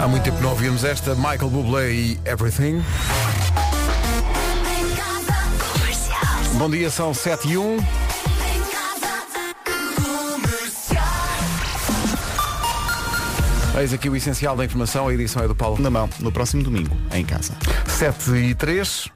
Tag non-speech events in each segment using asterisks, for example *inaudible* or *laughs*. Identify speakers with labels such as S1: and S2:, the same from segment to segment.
S1: Há muito tempo não ouvimos esta Michael Bublé e Everything. Bom dia, são 7 e 1. Eis aqui o essencial da informação, a edição é do Paulo.
S2: Na mão, no próximo domingo, em casa.
S1: 7 e 3.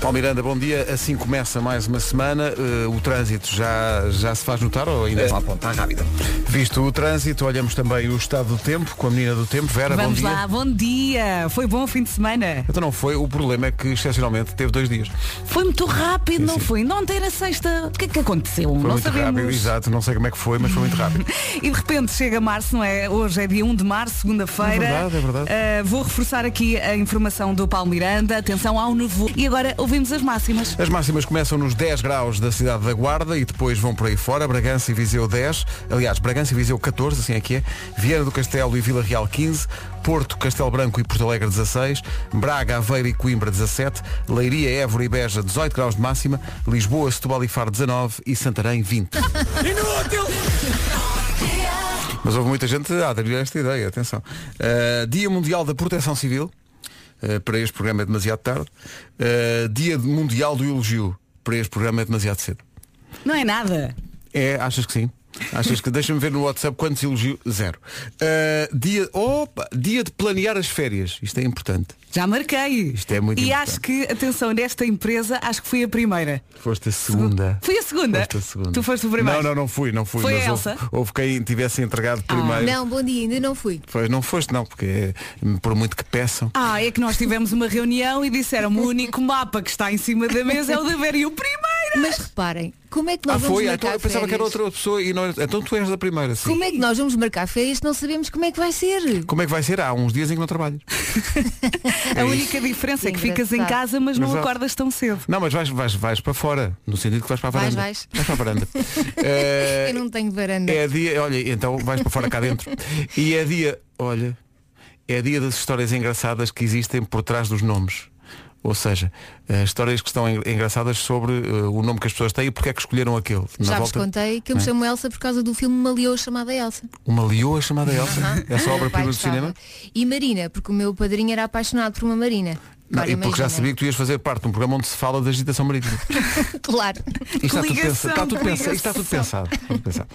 S1: Paulo Miranda, bom dia. Assim começa mais uma semana. Eh, o trânsito já, já se faz notar ou ainda?
S2: Eh,
S3: Vamos lá
S2: tá
S3: apontar rápido.
S1: Visto o trânsito, olhamos também o estado do tempo com a menina do tempo. Vera, bom
S4: Vamos
S1: dia.
S4: lá, bom dia. Foi bom o fim de semana.
S1: Então não foi, o problema é que excepcionalmente teve dois dias.
S4: Foi muito rápido, não
S1: sim.
S4: foi? Não ter a sexta. O que é que aconteceu?
S1: Foi
S4: não
S1: muito
S4: sabemos.
S1: rápido, exato, não sei como é que foi, mas foi muito
S4: *laughs*
S1: rápido.
S4: E de repente chega março, não é? Hoje é dia 1 de março, segunda-feira.
S1: É verdade, é verdade.
S4: Ah, vou reforçar aqui a informação do Paulo Miranda. Atenção ao nevoeiro. E agora ouvimos as máximas.
S1: As máximas começam nos 10 graus da cidade da Guarda e depois vão por aí fora. Bragança e Viseu 10. Aliás, Bragança e Viseu 14, assim é que é. Viana do Castelo e Vila Real 15. Porto, Castelo Branco e Porto Alegre 16. Braga, Aveiro e Coimbra 17. Leiria, Évora e Beja 18 graus de máxima. Lisboa, Setúbal e Faro 19 e Santarém 20. Mas houve muita gente a aderir a esta ideia, atenção. Uh, Dia Mundial da Proteção Civil, uh, para este programa é demasiado tarde. Uh, Dia Mundial do Elogio, para este programa é demasiado cedo.
S4: Não é nada.
S1: É, achas que sim? Achas que deixa-me ver no WhatsApp quantos elogios? Zero. Uh, dia, opa, dia de planear as férias. Isto é importante.
S4: Já marquei.
S1: Isto é muito
S4: E
S1: importante.
S4: acho que, atenção, nesta empresa, acho que fui a primeira.
S1: Foste a segunda.
S4: Fui a segunda.
S1: Foste a segunda.
S4: Tu foste o primeiro.
S1: Não, não, não fui, não fui.
S4: Foi
S1: mas
S4: a
S1: houve,
S4: Elsa? Ah.
S1: houve quem tivesse entregado primeiro.
S5: Ah, Não, bom dia, ainda não fui.
S1: Pois não foste, não, porque eh, por muito que peçam.
S4: Ah, é que nós tivemos uma reunião e disseram-me o único mapa que está em cima da mesa é o da Vera e o primeiro.
S5: Mas reparem, como é que nós
S1: Ah,
S5: vamos
S1: foi?
S5: marcar
S1: Então, eu pensava
S5: férias?
S1: que era outra pessoa e não era- Então tu és da primeira, sim.
S5: Como é que nós vamos marcar férias se não sabemos como é que vai ser?
S1: Como é que vai ser? Há uns dias em que
S5: *laughs*
S1: não trabalhas.
S4: A única diferença é que
S5: Que
S4: ficas em
S5: engraçado.
S4: casa, mas não
S1: Exato.
S4: acordas tão cedo.
S1: Não, mas vais, vais, vais para fora, no sentido que vais para a varanda.
S5: Vais, vais.
S1: para
S5: *laughs*
S1: a varanda. Eh,
S5: Eu não tenho varanda.
S1: é dia, olha, então vais para fora cá dentro. E é dia, olha, é dia das histórias engraçadas que existem por trás dos nomes. Ou seja, eh, histórias que estão en- engraçadas sobre eh, o nome que as pessoas têm e porque é que escolheram aquele.
S5: Já vos contei que eu me
S1: Não é?
S5: chamo Elsa por causa do filme Maliô chamada
S1: *laughs*
S5: Elsa.
S1: Uma leoa chamada Elsa. Essa
S5: Meu pai
S1: É obra-prima do
S5: gostava.
S1: cinema.
S5: E Marina, porque o meu padrinho era apaixonado por uma Marina.
S1: Não,
S5: Agora
S1: e porque já
S5: imagina.
S1: sabia que tu ias fazer parte de um programa onde se fala da agitação
S4: *laughs*
S1: marítima.
S5: *laughs* Claro.
S1: Isto está tudo, pensa,
S4: Ligação,
S1: está tudo pensa- isto está tudo pensado. tudo pensado.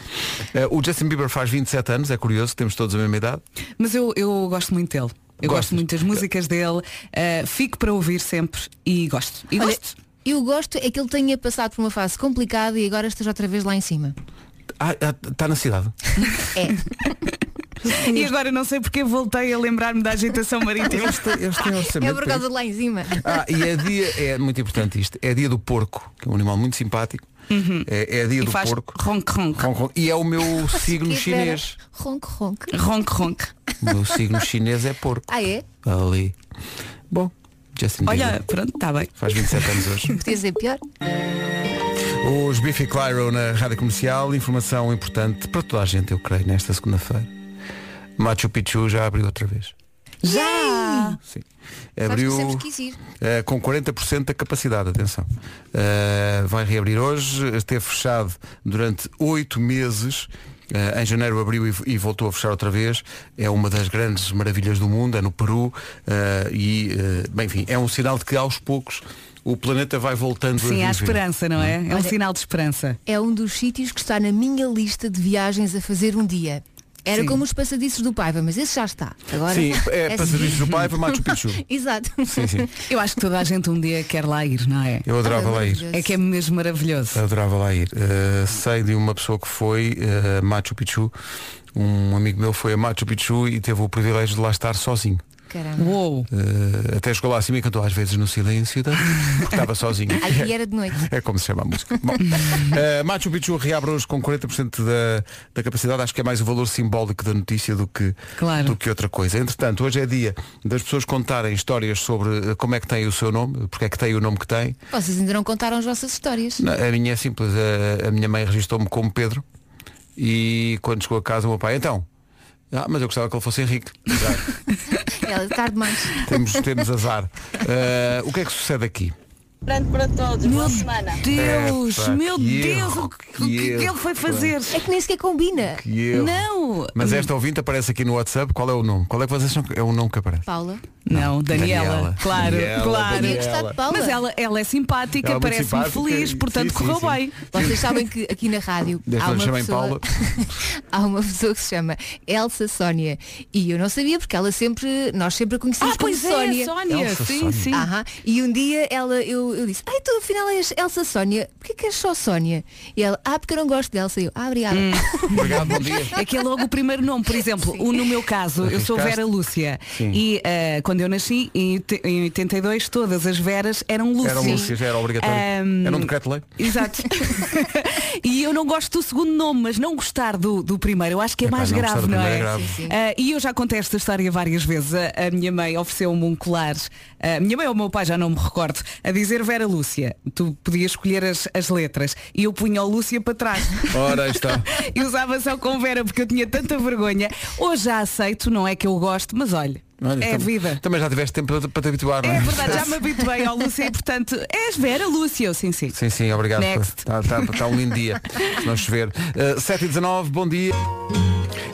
S1: Eh, o Justin Bieber faz 27 anos, é curioso, temos todos a mesma idade.
S4: Mas eu, eu gosto muito dele. Eu
S1: Gostas?
S4: gosto muito das músicas dele. ah, fico para ouvir sempre e gosto. E
S5: Olha,
S4: gosto.
S5: eu gosto é que ele tenha passado por uma fase complicada e agora esteja outra vez lá em cima.
S1: Ah, ah, está na cidade.
S5: É.
S4: E agora não sei porque voltei a lembrar-me da agitação marítima.
S1: Então,
S4: um
S1: Eles têm- eles têm um
S5: *laughs*
S1: orçamento
S5: É por
S1: para
S5: causa de lá em cima.
S1: Ah, e é dia, é muito importante isto, é dia do porco, que é um animal muito simpático. É, é dia
S4: Uhum. E
S1: do
S4: faz
S1: porco.
S4: ronco, ronco.
S1: Hong Kong. E é
S4: *laughs*
S1: o meu signo
S5: Que espera.
S1: chinês.
S5: Ronco, ronco.
S4: Ronco, ronco.
S1: O meu signo chinês é porco.
S5: Ah, é?
S1: Ali. Bom, Justin
S4: Olha,
S1: Bieber
S4: pronto, está bem.
S1: faz 27 anos hoje.
S5: Podia ser é pior?
S1: Os Biffy Clyro na Rádio Comercial, informação importante para toda a gente, eu creio, nesta segunda-feira. Machu Picchu já abriu outra vez.
S4: Já!
S1: Sim.
S5: Sabes que eu
S1: Abriu
S5: sempre quis ir.
S1: eh, com 40% da capacidade, atenção. Eh, vai reabrir hoje, esteve fechado durante oito meses. Eh, em janeiro abriu e, e voltou a fechar outra vez. É uma das grandes maravilhas do mundo, é no Peru. eh, e, eh, bem, enfim, é um sinal de que aos poucos o planeta vai voltando a
S4: Sim, há
S1: viver.
S4: esperança, não é? É um
S5: Olha-
S4: sinal de esperança.
S5: É um dos sítios que está na minha lista de viagens a fazer um dia. Era
S4: Sim.
S5: como os passadiços do Paiva, mas esse já está. Agora *laughs*
S1: Sim,
S5: assim.
S1: é passadiços do pai para Machu Picchu.
S5: *laughs* Exato.
S1: Sim, sim.
S4: Eu acho que toda a gente um dia quer lá ir, não é?
S1: Eu adorava lá ir.
S4: É que é mesmo maravilhoso.
S1: Adorava lá ir. Eh, sei de uma pessoa que foi eh, a Machu Picchu. Um amigo meu foi a Machu Picchu e teve o privilégio de lá estar sozinho.
S5: Caramba.
S4: Uou!
S1: Eh, até chegou lá acima e cantou às vezes no silêncio da... porque
S5: *laughs*
S1: estava sozinho.
S5: Aí era de noite.
S1: É como se chama a música. Bom, eh, Machu Picchu reabre hoje com 40% da, da capacidade. Acho que é mais o valor simbólico da notícia do que,
S4: Claro.
S1: do que outra coisa. Entretanto, hoje é dia das pessoas contarem histórias sobre eh, como é que tem o seu nome, porque é que tem o nome que tem.
S5: *laughs* Vocês ainda não contaram as vossas histórias.
S1: Não, a minha é simples. A, a minha mãe registrou-me como Pedro e quando chegou a casa o meu pai, então. Ah, mas eu gostava que ele fosse Henrique. Já,
S5: Ela tarde mais.
S1: temos, temos azar. Ah, o que é que é sucede aqui?
S3: grande para todos.
S4: Meu
S3: Boa semana.
S4: Deus,
S1: Epa,
S4: meu
S1: que
S4: Deus,
S1: erro,
S4: o que, o que
S1: que erro,
S4: ele foi fazer?
S5: É que nem sequer combina.
S1: Que erro.
S4: Não!
S1: Mas esta ouvinte aparece aqui no WhatsApp. Qual é o nome? Qual é que vocês acham que é o nome que aparece?
S5: Paula.
S4: Não, Daniela,
S1: Daniela.
S4: claro,
S1: Daniela,
S4: claro.
S5: Tinha
S1: Daniela.
S5: gostado de Paula.
S4: Mas ela, ela é simpática,
S1: Ela é muito
S4: parece-me
S1: simpática
S4: feliz,
S1: e-
S4: portanto
S1: sim, sim,
S4: correu
S1: sim.
S4: bem.
S5: Vocês sabem que aqui na rádio
S1: Desta
S5: há
S1: vez
S5: uma,
S1: chamem Paula.
S5: pessoa, *laughs* há uma pessoa que se chama Elsa Sónia e eu não sabia porque ela sempre, nós sempre a conhecemos
S4: Ah,
S5: como
S4: pois
S5: Sónia.
S4: é, Sónia.
S1: Elsa
S4: sim,
S1: Sónia.
S4: sim.
S5: Aham. E um dia ela, eu, eu disse, ai tu afinal és Elsa Sónia, porquê que és só Sónia? E ela, ah porque eu não gosto de Elsa, e eu, ah obrigada.
S1: Hum.
S5: *laughs*
S1: Obrigado, bom dia.
S4: É que é logo o primeiro nome, por exemplo, o, no meu caso, eu sou
S1: Arriscaste?
S4: Vera Lúcia
S1: Sim.
S4: e ah, quando eu nasci, em, oit- em 82, todas as Veras eram Lúcias.
S1: Era Lúcia, já era obrigatório.
S4: Ahm,
S1: Era um decreto-lei.
S4: Exato. *laughs* e eu não gosto do segundo nome, mas não gostar do, do primeiro, eu acho que é
S1: Epá,
S4: mais
S1: não gostar
S4: grave,
S1: do
S4: não é?
S1: primeiro é grave.
S5: Sim, sim.
S4: Ah, e eu já contei esta história várias vezes. A, a minha mãe ofereceu-me um colar, a minha mãe ou o meu pai, já não me recordo, a dizer Vera Lúcia, tu podias escolher as, as letras. E eu punha o Lúcia para trás. *laughs*
S1: Ora, aí está.
S4: e usava só com Vera porque eu tinha tanta vergonha. Hoje já aceito, não é que eu gosto, mas olha,
S1: Olha, tá
S4: é
S1: tam-
S4: vida.
S1: Também já tiveste tempo para, para te habituar, não é?
S4: É verdade,
S1: *laughs*
S4: já me habituei ao Lúcia e portanto, és Vera Lúcia, eu sim, sim.
S1: Sim, sim, obrigado.
S4: Next.
S1: Está tá, tá um lindo dia, se não chover. Uh, 7 e 19 bom dia.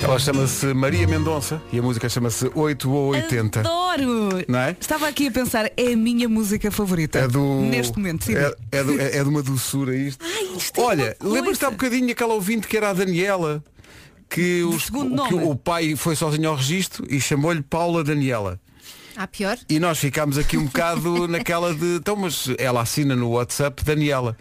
S1: Ela chama-se Maria Mendonça e a música chama-se 8 ou 80.
S4: Adoro!
S1: Não é?
S4: Estava aqui a pensar, é a minha música favorita.
S1: É do.
S4: Neste momento, sim.
S1: é, é do- é- é de uma doçura isto.
S4: isto é
S1: Olha,
S4: uma
S1: lembras-te há
S4: coisa.
S1: bocadinho aquela ouvinte que era a Daniela, que,
S4: Do
S1: os-
S4: segundo
S1: que
S4: nome.
S1: o pai foi sozinho ao registro e chamou-lhe Paula Daniela.
S5: Há Ah, pior?
S1: E nós ficámos aqui um
S4: *laughs*
S1: bocado naquela de. Então, mas ela assina no WhatsApp Daniela.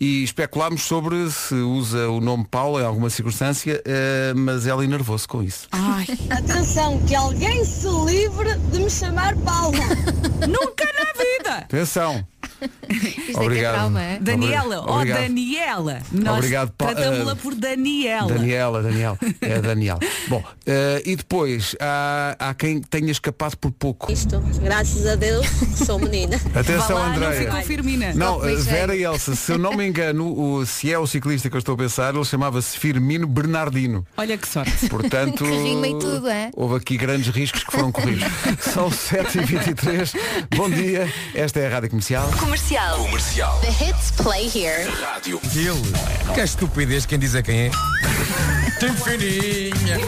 S1: E especulámos sobre se usa o nome Paula em alguma circunstância, eh, mas ela enervou-se com isso.
S4: Ai,
S3: Atenção, que alguém se livre de me chamar Paula.
S4: *laughs* nunca na vida!
S1: Atenção!
S5: Isto é que é
S1: Obrigado.
S5: trauma, é?
S4: Daniela, ó
S1: Obrigado.
S4: Daniela. Nós
S1: Obrigado, pa-
S4: tratámos-la
S1: ah,
S4: por Daniela.
S1: Daniela, Daniel.
S4: *laughs*
S1: É Daniel. Bom, eh, e depois há, há quem tenha escapado por pouco.
S3: Isto, graças a Deus, sou menina.
S1: *laughs*
S3: é.
S4: Vá
S1: Atenção,
S4: lá, é. não
S1: Andréia.
S4: ficou Firmina.
S1: Não, eh,
S5: Só te beijei.
S1: Vera e Elsa, se eu não me engano, o, se é o ciclista que eu estou a pensar, ele chamava-se Firmino Bernardino.
S4: Olha que sorte.
S1: Portanto,
S5: Que rima e tudo, é?
S1: houve aqui grandes riscos que foram
S6: *laughs*
S1: corridos. São 7h23. Bom dia, esta é a Rádio Comercial.
S7: Comercial. Comercial. The hits play here.
S6: Ele. Que é estupidez quem diz a quem é. Tem fininha.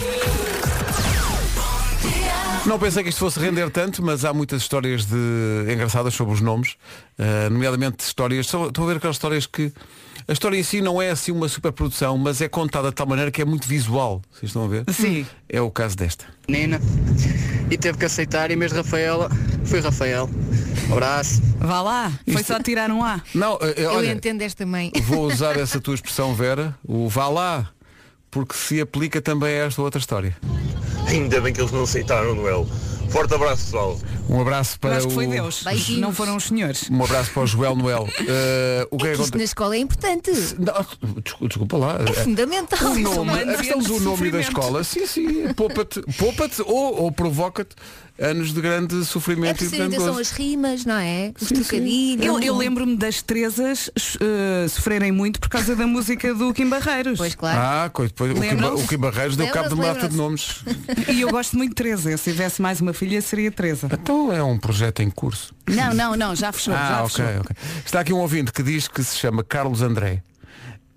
S1: Não pensei que isto fosse render tanto, mas há muitas histórias de engraçadas sobre os nomes, eh, nomeadamente histórias. só- Estou a ver aquelas histórias que. A história em si não é assim uma superprodução, mas é contada de tal maneira que é muito visual. Vocês estão a ver?
S4: Sim.
S1: É o caso desta.
S8: menina e teve que aceitar e mesmo Rafaela foi Rafael. Abraço.
S4: Vá lá. Foi só tirar um A.
S1: Não, eh, eh,
S5: Eu
S1: olha,
S5: entendo esta mãe.
S1: vou
S5: *laughs*
S1: usar essa tua expressão, Vera, o vá lá, porque se aplica também a esta outra história.
S9: Ainda bem que eles não aceitaram o duelo. Forte abraço, pessoal.
S1: Um abraço
S4: Eu
S1: para
S4: acho que foi
S1: o...
S4: Deus.
S5: Beijinhos.
S4: Não foram os senhores.
S1: Um abraço para o Joel Noel. Eh, o que é que
S5: Isto na
S1: acontece?
S5: escola é importante.
S1: Não, desculpa, desculpa lá.
S5: É fundamental. é um
S1: O nome,
S4: Humanos
S1: a questão
S4: e
S1: do
S4: anos de
S1: nome da
S4: é um sofrimento.
S1: escola, sim, sim, poupa-te poupa-te ou, ou provoca-te anos de grande
S5: É
S1: sofrimento e de
S5: preciso
S1: grande
S5: ainda são
S1: gozo.
S5: as rimas, não é? Os
S1: sim.
S5: trocadilhos.
S4: Eu, eu lembro-me das Trezas eh, sofrerem muito por causa da música do Kim Barreiros.
S5: Pois claro.
S1: Ah, coisa, depois o Kim, Ba-
S4: Lembram-se?
S1: o Kim Barreiros deu cabo de uma data de nomes.
S4: E eu gosto muito de Teresa. Se tivesse mais uma filha, seria Teresa.
S1: Então é um projeto em curso.
S4: Não, não, não, já fechou.
S1: Ah, ok, ok. Está aqui um ouvinte que diz que se chama Carlos André.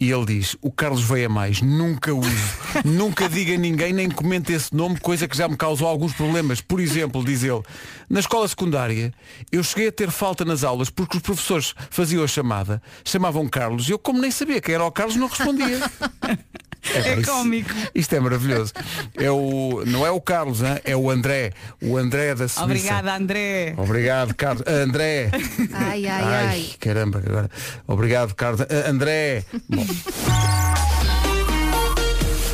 S1: E ele diz, o Carlos veio a mais, nunca uso,
S4: *laughs*
S1: nunca diga a ninguém, nem comente esse nome, coisa que já me causou alguns problemas. Por exemplo, diz ele, na escola secundária, eu cheguei a ter falta nas aulas porque os professores faziam a chamada, chamavam Carlos, e eu como nem sabia quem era o Carlos,
S4: *laughs*
S1: não respondia.
S4: É
S1: pá, isso-
S4: cómico.
S1: Isto é maravilhoso. É o, não é o Carlos, hein? é o André. O André é da Suíça.
S4: Obrigada, André.
S1: Obrigado,
S4: *laughs*
S1: Carlos. André.
S5: Ai, ai, ai.
S1: caramba, agora. Obrigado, Carlos. Ah, André. Bom.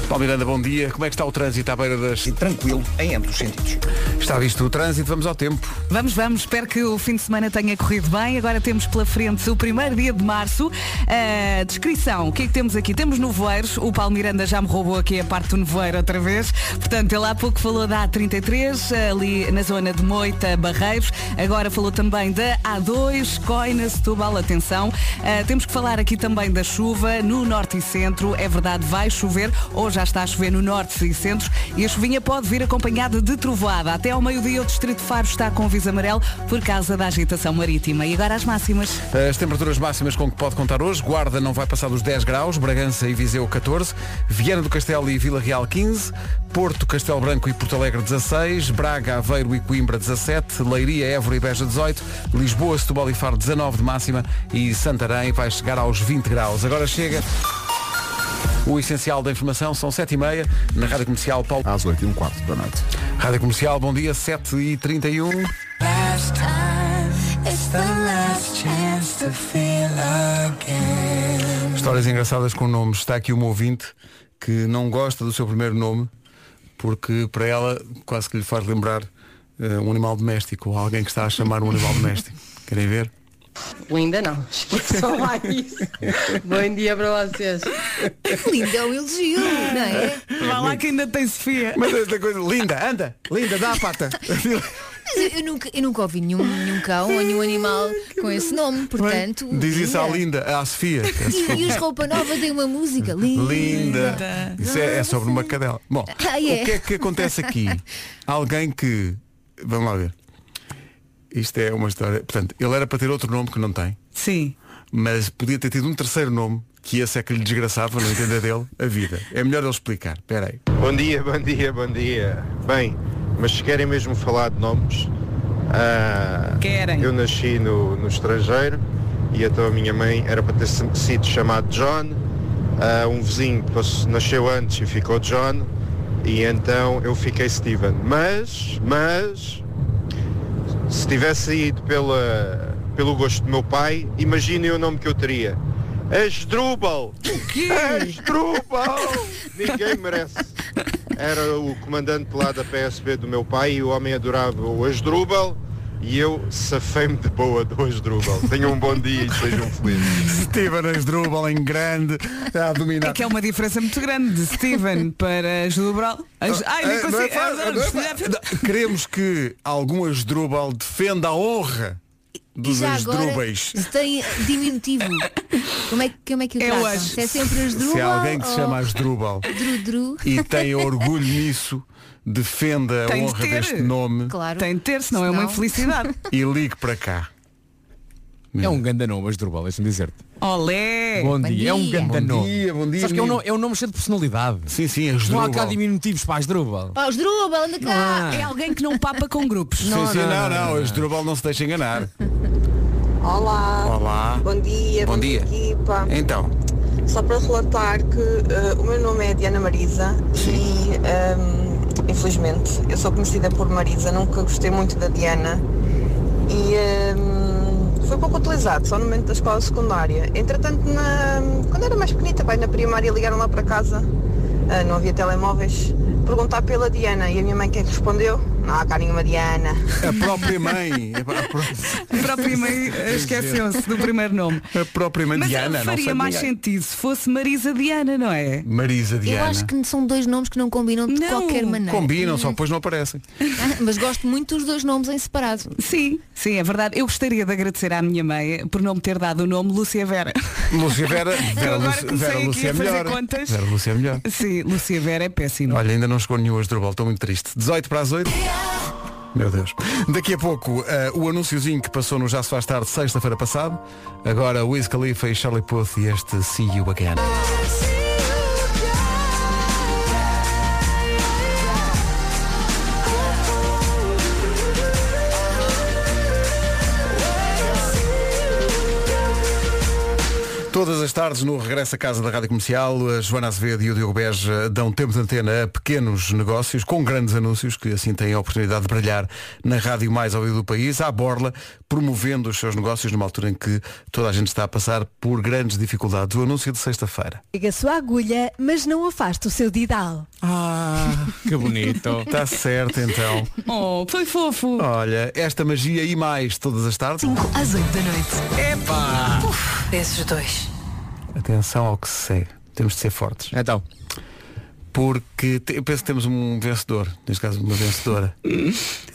S1: Paulo Miranda, bom dia. Como é que está o trânsito à beira das...
S6: Tranquilo em ambos os sentidos.
S1: Está visto o trânsito, vamos ao tempo.
S4: Vamos, vamos, espero que o fim de semana tenha corrido bem. Agora temos pela frente o primeiro dia de março. Ah, descrição, o que é que temos aqui? Temos nevoeiros, o Paulo Miranda já me roubou aqui a parte do nevoeiro outra vez. Portanto, ele há pouco falou da A33, eh, ali na zona de Moita, Barreiros. Agora falou também da A2, Coina, Setúbal, atenção. Ah, temos que falar aqui também da chuva no norte e centro. É verdade, vai chover. Hoje à está a chover no norte e centro e a chuvinha pode vir acompanhada de trovoada. Até ao meio-dia o Distrito de Faro está com viso amarelo por causa da agitação marítima. E agora as máximas.
S1: As temperaturas máximas com que pode contar hoje, Guarda não vai passar dos 10 graus, Bragança e Viseu 14, Viana do Castelo e Vila Real 15, Porto, Castelo Branco e Porto Alegre 16, Braga, Aveiro e Coimbra 17, Leiria, Évora e Beja 18, Lisboa, Setúbal e Faro 19 de máxima e Santarém vai chegar aos 20 graus. Agora chega o essencial da informação, são 7h30 na Rádio Comercial Paulo.
S2: Às 8 e um quarto da noite.
S1: Rádio Comercial, bom dia, 7h31. Histórias engraçadas com nomes. Está aqui uma ouvinte que não gosta do seu primeiro nome porque para ela quase que lhe faz lembrar eh, um animal doméstico ou alguém que está a chamar um animal doméstico. Querem ver?
S10: Linda não, esqueçam só lá isso. Bom dia para vocês.
S5: Lindo é um elogio, não é?
S4: Vá lá que ainda tem Sofia.
S1: Mas esta coisa, linda, anda, linda, dá
S5: *laughs*
S1: a pata.
S5: Mas eu, eu nunca, eu nunca ouvi nenhum, nenhum cão ou nenhum animal com esse nome, portanto.
S1: Diz isso à
S5: linda.
S1: linda, à Sofia.
S5: E, e os Roupa Nova têm uma música linda.
S1: Linda. Isso é, é sobre uma cadela. Bom,
S5: Ah, é.
S1: o que é que
S5: *laughs*
S1: acontece aqui? Alguém que. Vamos lá ver. Isto é uma história. Portanto, ele era para ter outro nome que não tem,
S4: Sim.
S1: mas podia ter tido um terceiro nome, que esse é que lhe desgraçava, não entender dele, a vida. É melhor ele explicar. Espera aí. *laughs*
S11: Bom dia, bom dia, bom dia. Bem, mas se querem mesmo falar de nomes, ah,
S4: Querem.
S11: eu nasci no, no estrangeiro e então a minha mãe era para ter se- sido chamado John. Ah, um vizinho passou- nasceu antes e ficou John e então eu fiquei Steven. Mas, mas, se tivesse ido pela, pelo gosto do meu pai, imaginem o nome que eu teria. Asdrubal! Asdrubal! Ninguém merece. Era o comandante lá da PSB do meu pai e o homem adorava o Asdrubal e eu safei-me de boa do Asdrubal. Tenham um bom dia e sejam felizes.
S1: Steven Asdrubal em grande a dominar.
S4: É que é uma diferença muito grande de *laughs* Steven para Judobral. Ai, nem
S1: Ah, não é
S4: consigo.
S1: fácil, não é fácil. Não, Queremos que algum Asdrubal defenda a honra
S5: E
S1: dos
S5: já agora
S1: Asdrúbais.
S5: se tem diminutivo. Como é, que- como é que o
S4: É
S5: tratam?
S4: hoje.
S5: Se é sempre as
S1: Se há alguém que se
S4: Oh.
S1: chama Asdrubal
S5: Drudru.
S4: *laughs*
S1: e tem orgulho nisso, defenda a
S4: Tem de
S1: honra
S4: ter.
S1: deste nome
S5: Claro.
S4: Tem de ter, senão é uma
S5: Senão-
S4: infelicidade.
S5: *laughs*
S1: e ligue para cá.
S6: É um ganda nome, mas Drubal, deixa-me dizer-te.
S4: Olé!
S6: Bom
S5: Bom
S6: dia, é um
S5: dia.
S6: ganda
S1: Bom
S6: nome.
S1: dia, bom dia,
S6: Sabes que é um,
S1: menino.
S6: nome, é um nome cheio de personalidade.
S1: Sim, sim,
S6: Não
S1: é
S6: há
S1: Asdrubal.
S6: cá diminutivos para Asdrubal.
S5: Oh, Asdrúbal, anda cá.
S4: É alguém que não papa com grupos.
S1: Sim, sim, não, não, Asdrubal não se deixa enganar.
S10: Olá,
S1: Olá.
S10: bom dia,
S1: Bom
S10: bom dia
S1: dia.
S10: equipa.
S1: Então,
S10: Só para relatar que eh, o meu nome é Diana Marisa e ehm, infelizmente eu sou conhecida por Marisa, nunca gostei muito da Diana e ehm, foi pouco utilizado, só no momento da escola secundária. Entretanto, na- quando era mais pequenita, bem na primária, ligaram lá para casa, ah, não havia telemóveis, perguntar pela Diana e a minha mãe que é que respondeu? Não há cá nenhuma Diana.
S1: *laughs* a própria mãe, é a pró- é.
S4: A própria mãe eh, esqueceu-se do primeiro nome.
S1: a própria mãe
S4: Mas
S1: Diana, não sei
S4: faria mais
S1: ninguém.
S4: sentido se fosse Marisa Diana, não é?
S1: Marisa
S5: Eu
S1: Diana.
S5: acho que são dois nomes que não combinam de
S4: Não.
S5: qualquer maneira.
S1: Combinam, só depois não aparecem.
S5: Ah, Mas gosto muito dos dois nomes em separado.
S4: Sim, sim, é verdade. Eu gostaria de agradecer à minha mãe por não me ter dado o nome Lúcia Vera. *laughs*
S1: Lúcia Vera, Vera,
S4: Eu agora
S1: Lúcia,
S4: comecei
S1: Vera
S4: aqui
S1: Lúcia é
S4: a fazer
S1: melhor.
S4: contas.
S1: Vera Lúcia é melhor.
S4: Sim, Lúcia Vera é péssimo.
S1: Olha, ainda não chegou nenhum Asdrubal, estou muito triste. 18 para as 8. Meu Deus. Daqui a pouco, eh, o anunciozinho que passou no Já Se Faz Tarde, sexta-feira passada. Agora, Wiz Khalifa e Charlie Puth e este See You Again. Todas as tardes, no regresso à casa da Rádio Comercial, a Joana Azevedo e o Diogo Beja dão tempo de antena a pequenos negócios, com grandes anúncios, que assim têm a oportunidade de brilhar na rádio mais ouvida do país, à borla, promovendo os seus negócios numa altura em que toda a gente está a passar por grandes dificuldades. O anúncio de sexta-feira.
S12: Pega a sua agulha, mas não afaste o seu didal. *laughs*
S6: Que
S1: *laughs*
S6: bonito.
S1: Está Tá certo, então.
S4: Oh, foi fofo.
S1: Olha, esta magia e mais todas as tardes.
S12: Às 8 da noite.
S6: Epá!
S12: Esses dois.
S1: Atenção ao que se segue. Temos de ser fortes.
S6: Então,
S1: porque te- eu penso que temos um vencedor, neste caso uma
S6: *laughs*
S1: vencedora.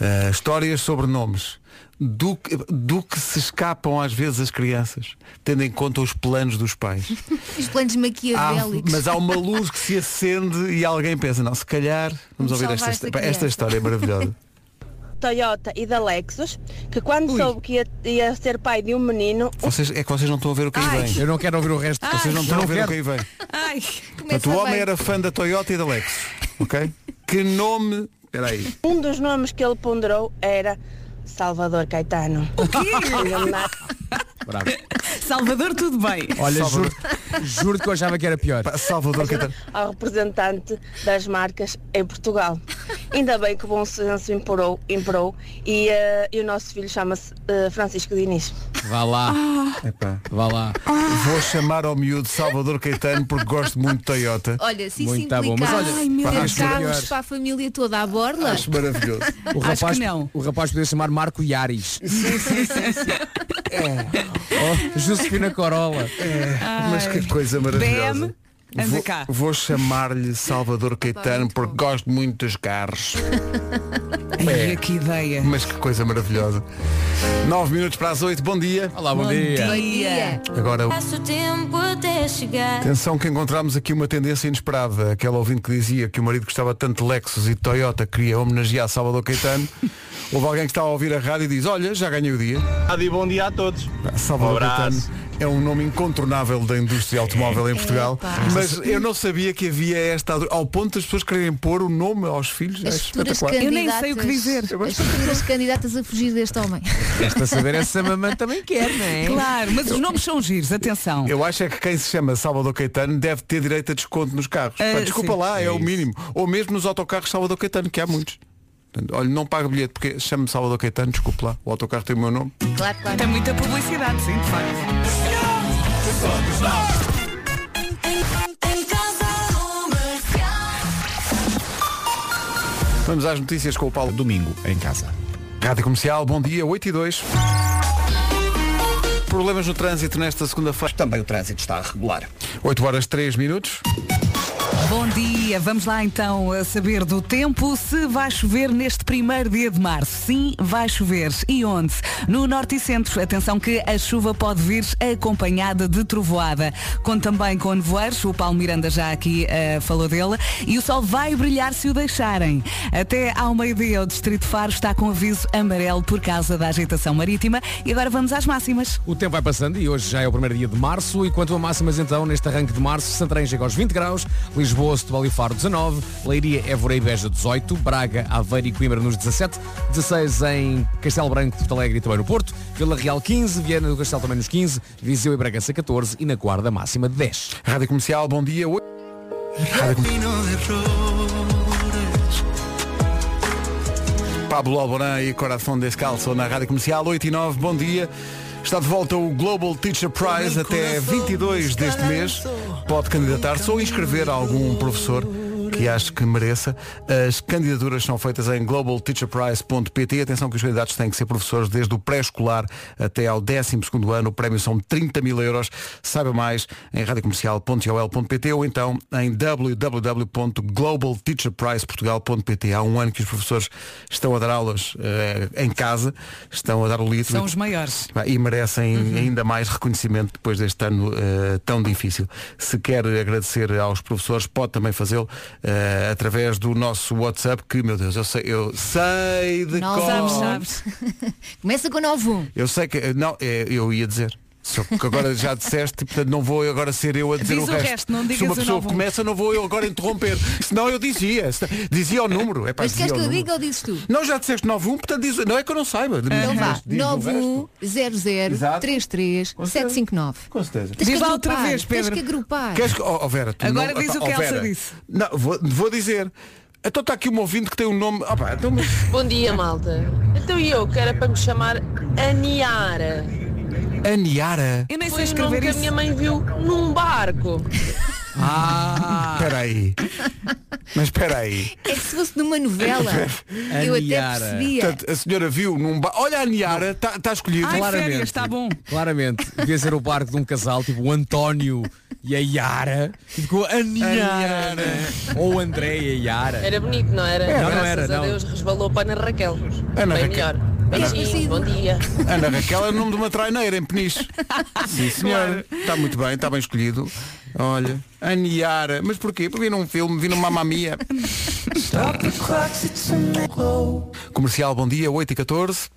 S1: Ah, histórias sobre nomes. Do, que- do que se escapam às vezes as crianças, tendo em conta os planos dos pais.
S5: *laughs* Os planos
S1: Há-
S5: maquiavélicos.
S1: mas
S5: *laughs*
S1: há uma luz que se acende e alguém pensa, não, se calhar
S5: Vamos
S1: vamos ouvir
S5: salvar
S1: esta,
S5: esta
S1: histó- pá,
S5: criança.
S1: esta história é maravilhosa.
S13: Toyota e da Lexus, que quando soube que ia, ia ser pai de um menino,
S1: Vocês, é que vocês não estão a ver o que aí
S13: Ai.
S1: vem.
S13: Eu
S6: não quero ouvir o resto.
S1: Vocês não
S13: Ai.
S1: estão
S13: Eu
S1: a
S13: não
S1: ver
S13: quero.
S1: o que aí vem.
S4: Ai,
S1: Portanto, o homem era fã da Toyota e da Lexus. Ok? Que nome. Espera aí.
S13: um dos nomes que ele ponderou era Salvador Caetano. O
S4: quê?
S13: *laughs*
S6: Bravo.
S4: Salvador, tudo bem.
S6: Olha, juro, juro que eu achava que era pior.
S1: Salvador Caetano.
S13: ao representante das marcas em Portugal. Ainda bem que o bom senso imperou, imperou e, eh, e o nosso filho chama-se eh, Francisco Diniz.
S6: Vá lá.
S1: Ah. Epá. Ah.
S6: Vá lá.
S1: Vou chamar ao miúdo Salvador Caetano porque gosto muito de Toyota.
S5: Olha, se isso
S1: Muito tá
S5: implicar
S1: bom, mas olha, Ai, meu
S5: ter
S1: Deus.
S5: carros para a família toda à borla.
S1: Acho maravilhoso.
S6: O rapaz, O rapaz podia chamar Marco Yaris. *laughs* Oh, Josefina Corolla.
S1: É. Mas que coisa maravilhosa.
S6: BM, anda
S1: Vou,
S6: cá.
S1: vou chamar-lhe Salvador Caetano porque gosto muito dos carros.
S4: *laughs*
S1: É.
S4: Ai, que ideia.
S1: Mas que coisa maravilhosa. 9 minutos para as 8, bom dia. Olá,
S4: bom Bom dia. dia.
S1: Agora o
S14: Passo tempo até chegar.
S1: Atenção que encontramos aqui uma tendência inesperada. Aquela ouvinte que dizia que o marido gostava tanto de Lexus e de Toyota queria homenagear Salvador
S4: *laughs*
S1: Caetano. Houve alguém que estava a ouvir a rádio e diz, olha, já ganhei o dia.
S9: Rádio, bom dia a todos.
S1: Salvador
S9: Abraço.
S1: Caetano é um nome incontornável da indústria automóvel em Portugal. Mas eu não sabia que havia esta... Ao ponto das pessoas quererem pôr o nome aos filhos.
S5: As
S1: é
S5: futuras
S1: espetacular.
S5: candidatas. As futuras candidatas a fugir deste homem.
S6: Resta saber é essa mamãe também quer, não é?
S4: Claro, mas os nomes são giros, atenção.
S1: Eu acho é que quem se chama Salvador Caetano deve ter direito a desconto nos carros.
S4: Ah,
S1: Pá, desculpa
S4: sim.
S1: lá, é,
S4: É
S1: o mínimo. Ou mesmo nos autocarros Salvador Caetano, que há muitos. Portanto, Olha, não pago bilhete porque chamo-me Salvador Caetano, desculpe lá, o autocarro tem o meu nome.
S5: Claro, claro.
S4: Tem muita publicidade, sim, de facto.
S1: Vamos às notícias com o Paulo.
S2: Domingo, em casa.
S1: Rádio Comercial, bom dia, 8 e 2. Problemas no trânsito nesta segunda-feira.
S15: Também o trânsito está a regular.
S1: 8 horas 3 minutos.
S4: Bom dia, vamos lá então a saber do tempo se vai chover neste primeiro dia de março. Sim, vai chover. E onde? No norte e centro, atenção que a chuva pode vir acompanhada de trovoada. Conto também com nevoeiros, o Paulo Miranda já aqui eh, falou dele, e o sol vai brilhar se o deixarem. Até ao meio-dia o Distrito Faro está com aviso amarelo por causa da agitação marítima. E agora vamos às máximas.
S6: O tempo vai passando e hoje já é o primeiro dia de março e quanto a máximas então, neste arranque de março, Santarém chega aos 20 graus, Lisboa, Setúbal e Faro 19, Leiria, Évora e Beja 18, Braga, Aveiro e Coimbra nos 17, 16 em Castelo Branco, Porto Alegre e também no Porto, Vila Real 15, Viana do Castelo também nos 15, Viseu e Bragança 14 e na Guarda máxima de 10.
S1: Rádio Comercial, bom dia. Oi- Rádio Com- Pablo Alborã e Coração Descalço na Rádio Comercial, 8 e 9, bom dia. Está de volta o Global Teacher Prize até 22 deste mês. Pode candidatar-se ou inscrever algum professor que acho que mereça. As candidaturas são feitas em globalteacherprize.pt. Atenção que os candidatos têm que ser professores desde o pré-escolar até ao 12º ano. O prémio são 30 mil euros. Saiba mais em radiocomercial.ol.pt ou então em www.globalteacherprizeportugal.pt. Há um ano que os professores estão a dar aulas eh, em casa, estão a dar o litro.
S4: São os maiores. Uhum.
S1: Pá, E merecem ainda mais reconhecimento depois deste ano eh, tão difícil. Se quer agradecer aos professores, pode também fazê-lo eh, através do nosso WhatsApp, que, meu Deus, eu sei, eu sei de
S5: Não
S1: cor.
S5: sabes, *laughs* sabes. um. Começa com 91.
S1: Eu sei que. Não, eh, eu ia dizer. Só que agora já disseste, portanto não vou agora ser eu a dizer
S4: Diz
S1: o
S4: o
S1: resto.
S4: resto, não
S1: Se
S4: digas
S1: uma
S4: o
S1: pessoa
S4: novo.
S1: começa, não vou eu agora interromper. Senão eu dizia. se- Dizia o número. É pá,
S5: Mas
S1: dizia
S5: queres
S1: o
S5: que eu
S1: número.
S5: diga ou dizes tu?
S1: Não, já disseste 91, portanto diz. Não é que eu não saiba.
S5: Então vá,
S1: Mas diz o resto.
S5: 910033339.
S1: Com certeza.
S5: Tens que
S4: Diz lá outra
S5: agrupar,
S4: vez, Pedro.
S5: Tens que agrupar.
S1: Queres que, oh, oh, Vera, tu
S4: Agora
S1: não-
S4: diz
S1: Epá,
S4: o que Elsa
S1: oh, Vera.
S4: disse.
S1: Não, vou, vou dizer. Então está aqui um ouvinte que tem um nome. Ah, pá, então, mas-
S16: Bom dia, malta. Então eu, que era para me chamar Aniara.
S1: A Niara.
S4: Eu
S16: Foi o nome que a minha mãe viu num barco.
S1: Ah. Espera aí. Mas espera aí.
S5: É que se fosse numa novela,
S1: *laughs* A
S5: eu até
S1: Niara.
S5: percebia.
S1: Portanto, a senhora viu num ba... Olha a Niara,
S6: tá,
S1: está escolhida.
S6: claramente. Claramente. Devia ser o barco de um casal, tipo o António e a Yara. E ficou a Niara. Ou André e a Yara.
S16: Era bonito, não era?
S6: Era. Não, não
S16: Graças
S6: era,
S16: a
S6: não.
S16: Deus resvalou para Ana Raquel.
S1: Ana
S16: Bem
S1: Raquel.
S16: melhor.
S1: Ana
S16: Beijinhos, bom dia.
S1: Ana Raquel é o nome de uma traineira em
S5: *laughs*
S1: Peniche. Sim, senhor. Está muito bem, está bem escolhido. Olha, Aniara. Mas porquê? Porque vi num filme, vi numa mamamia. Comercial, bom dia, 8 e 14.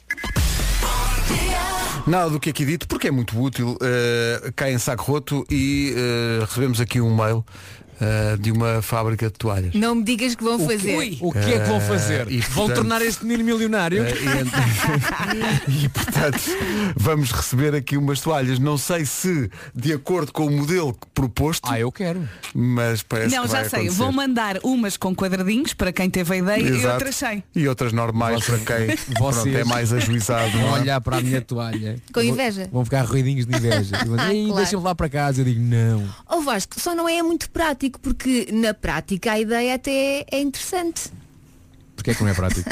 S1: Nada do que aqui dito, porque é muito útil, eh, cai em saco roto e eh, recebemos aqui um mail eh, de uma fábrica de toalhas.
S5: Não me digas que vão
S6: O que-
S5: fazer.
S6: ui, o que é que vão fazer?
S1: Eh, e,
S6: Vão
S1: portanto,
S6: tornar este menino milionário?
S1: eh, e *laughs* E portanto, vamos receber aqui umas toalhas. Não sei se de acordo com o modelo que proposto. Ah,
S6: eu quero.
S1: Mas parece
S4: Não,
S1: que
S4: já
S1: vai
S4: sei.
S1: acontecer.
S4: Vão mandar umas com quadradinhos para quem teve a ideia e
S1: Exato.
S4: outras sem.
S1: E outras normais para
S6: *laughs*
S1: quem pronto, é mais ajuizado.
S6: Vão
S1: não é?
S6: olhar para a minha toalha.
S5: Com inveja.
S6: Vão ficar ruidinhos de *laughs* inveja. E vão dizer,
S5: *laughs*
S6: "Ei,
S5: Claro.
S6: Deixa-me lá para casa. Eu digo, não.
S5: Ó Vasco, só não é muito prático, porque na prática a ideia até é interessante.
S6: Porque é que não é prático?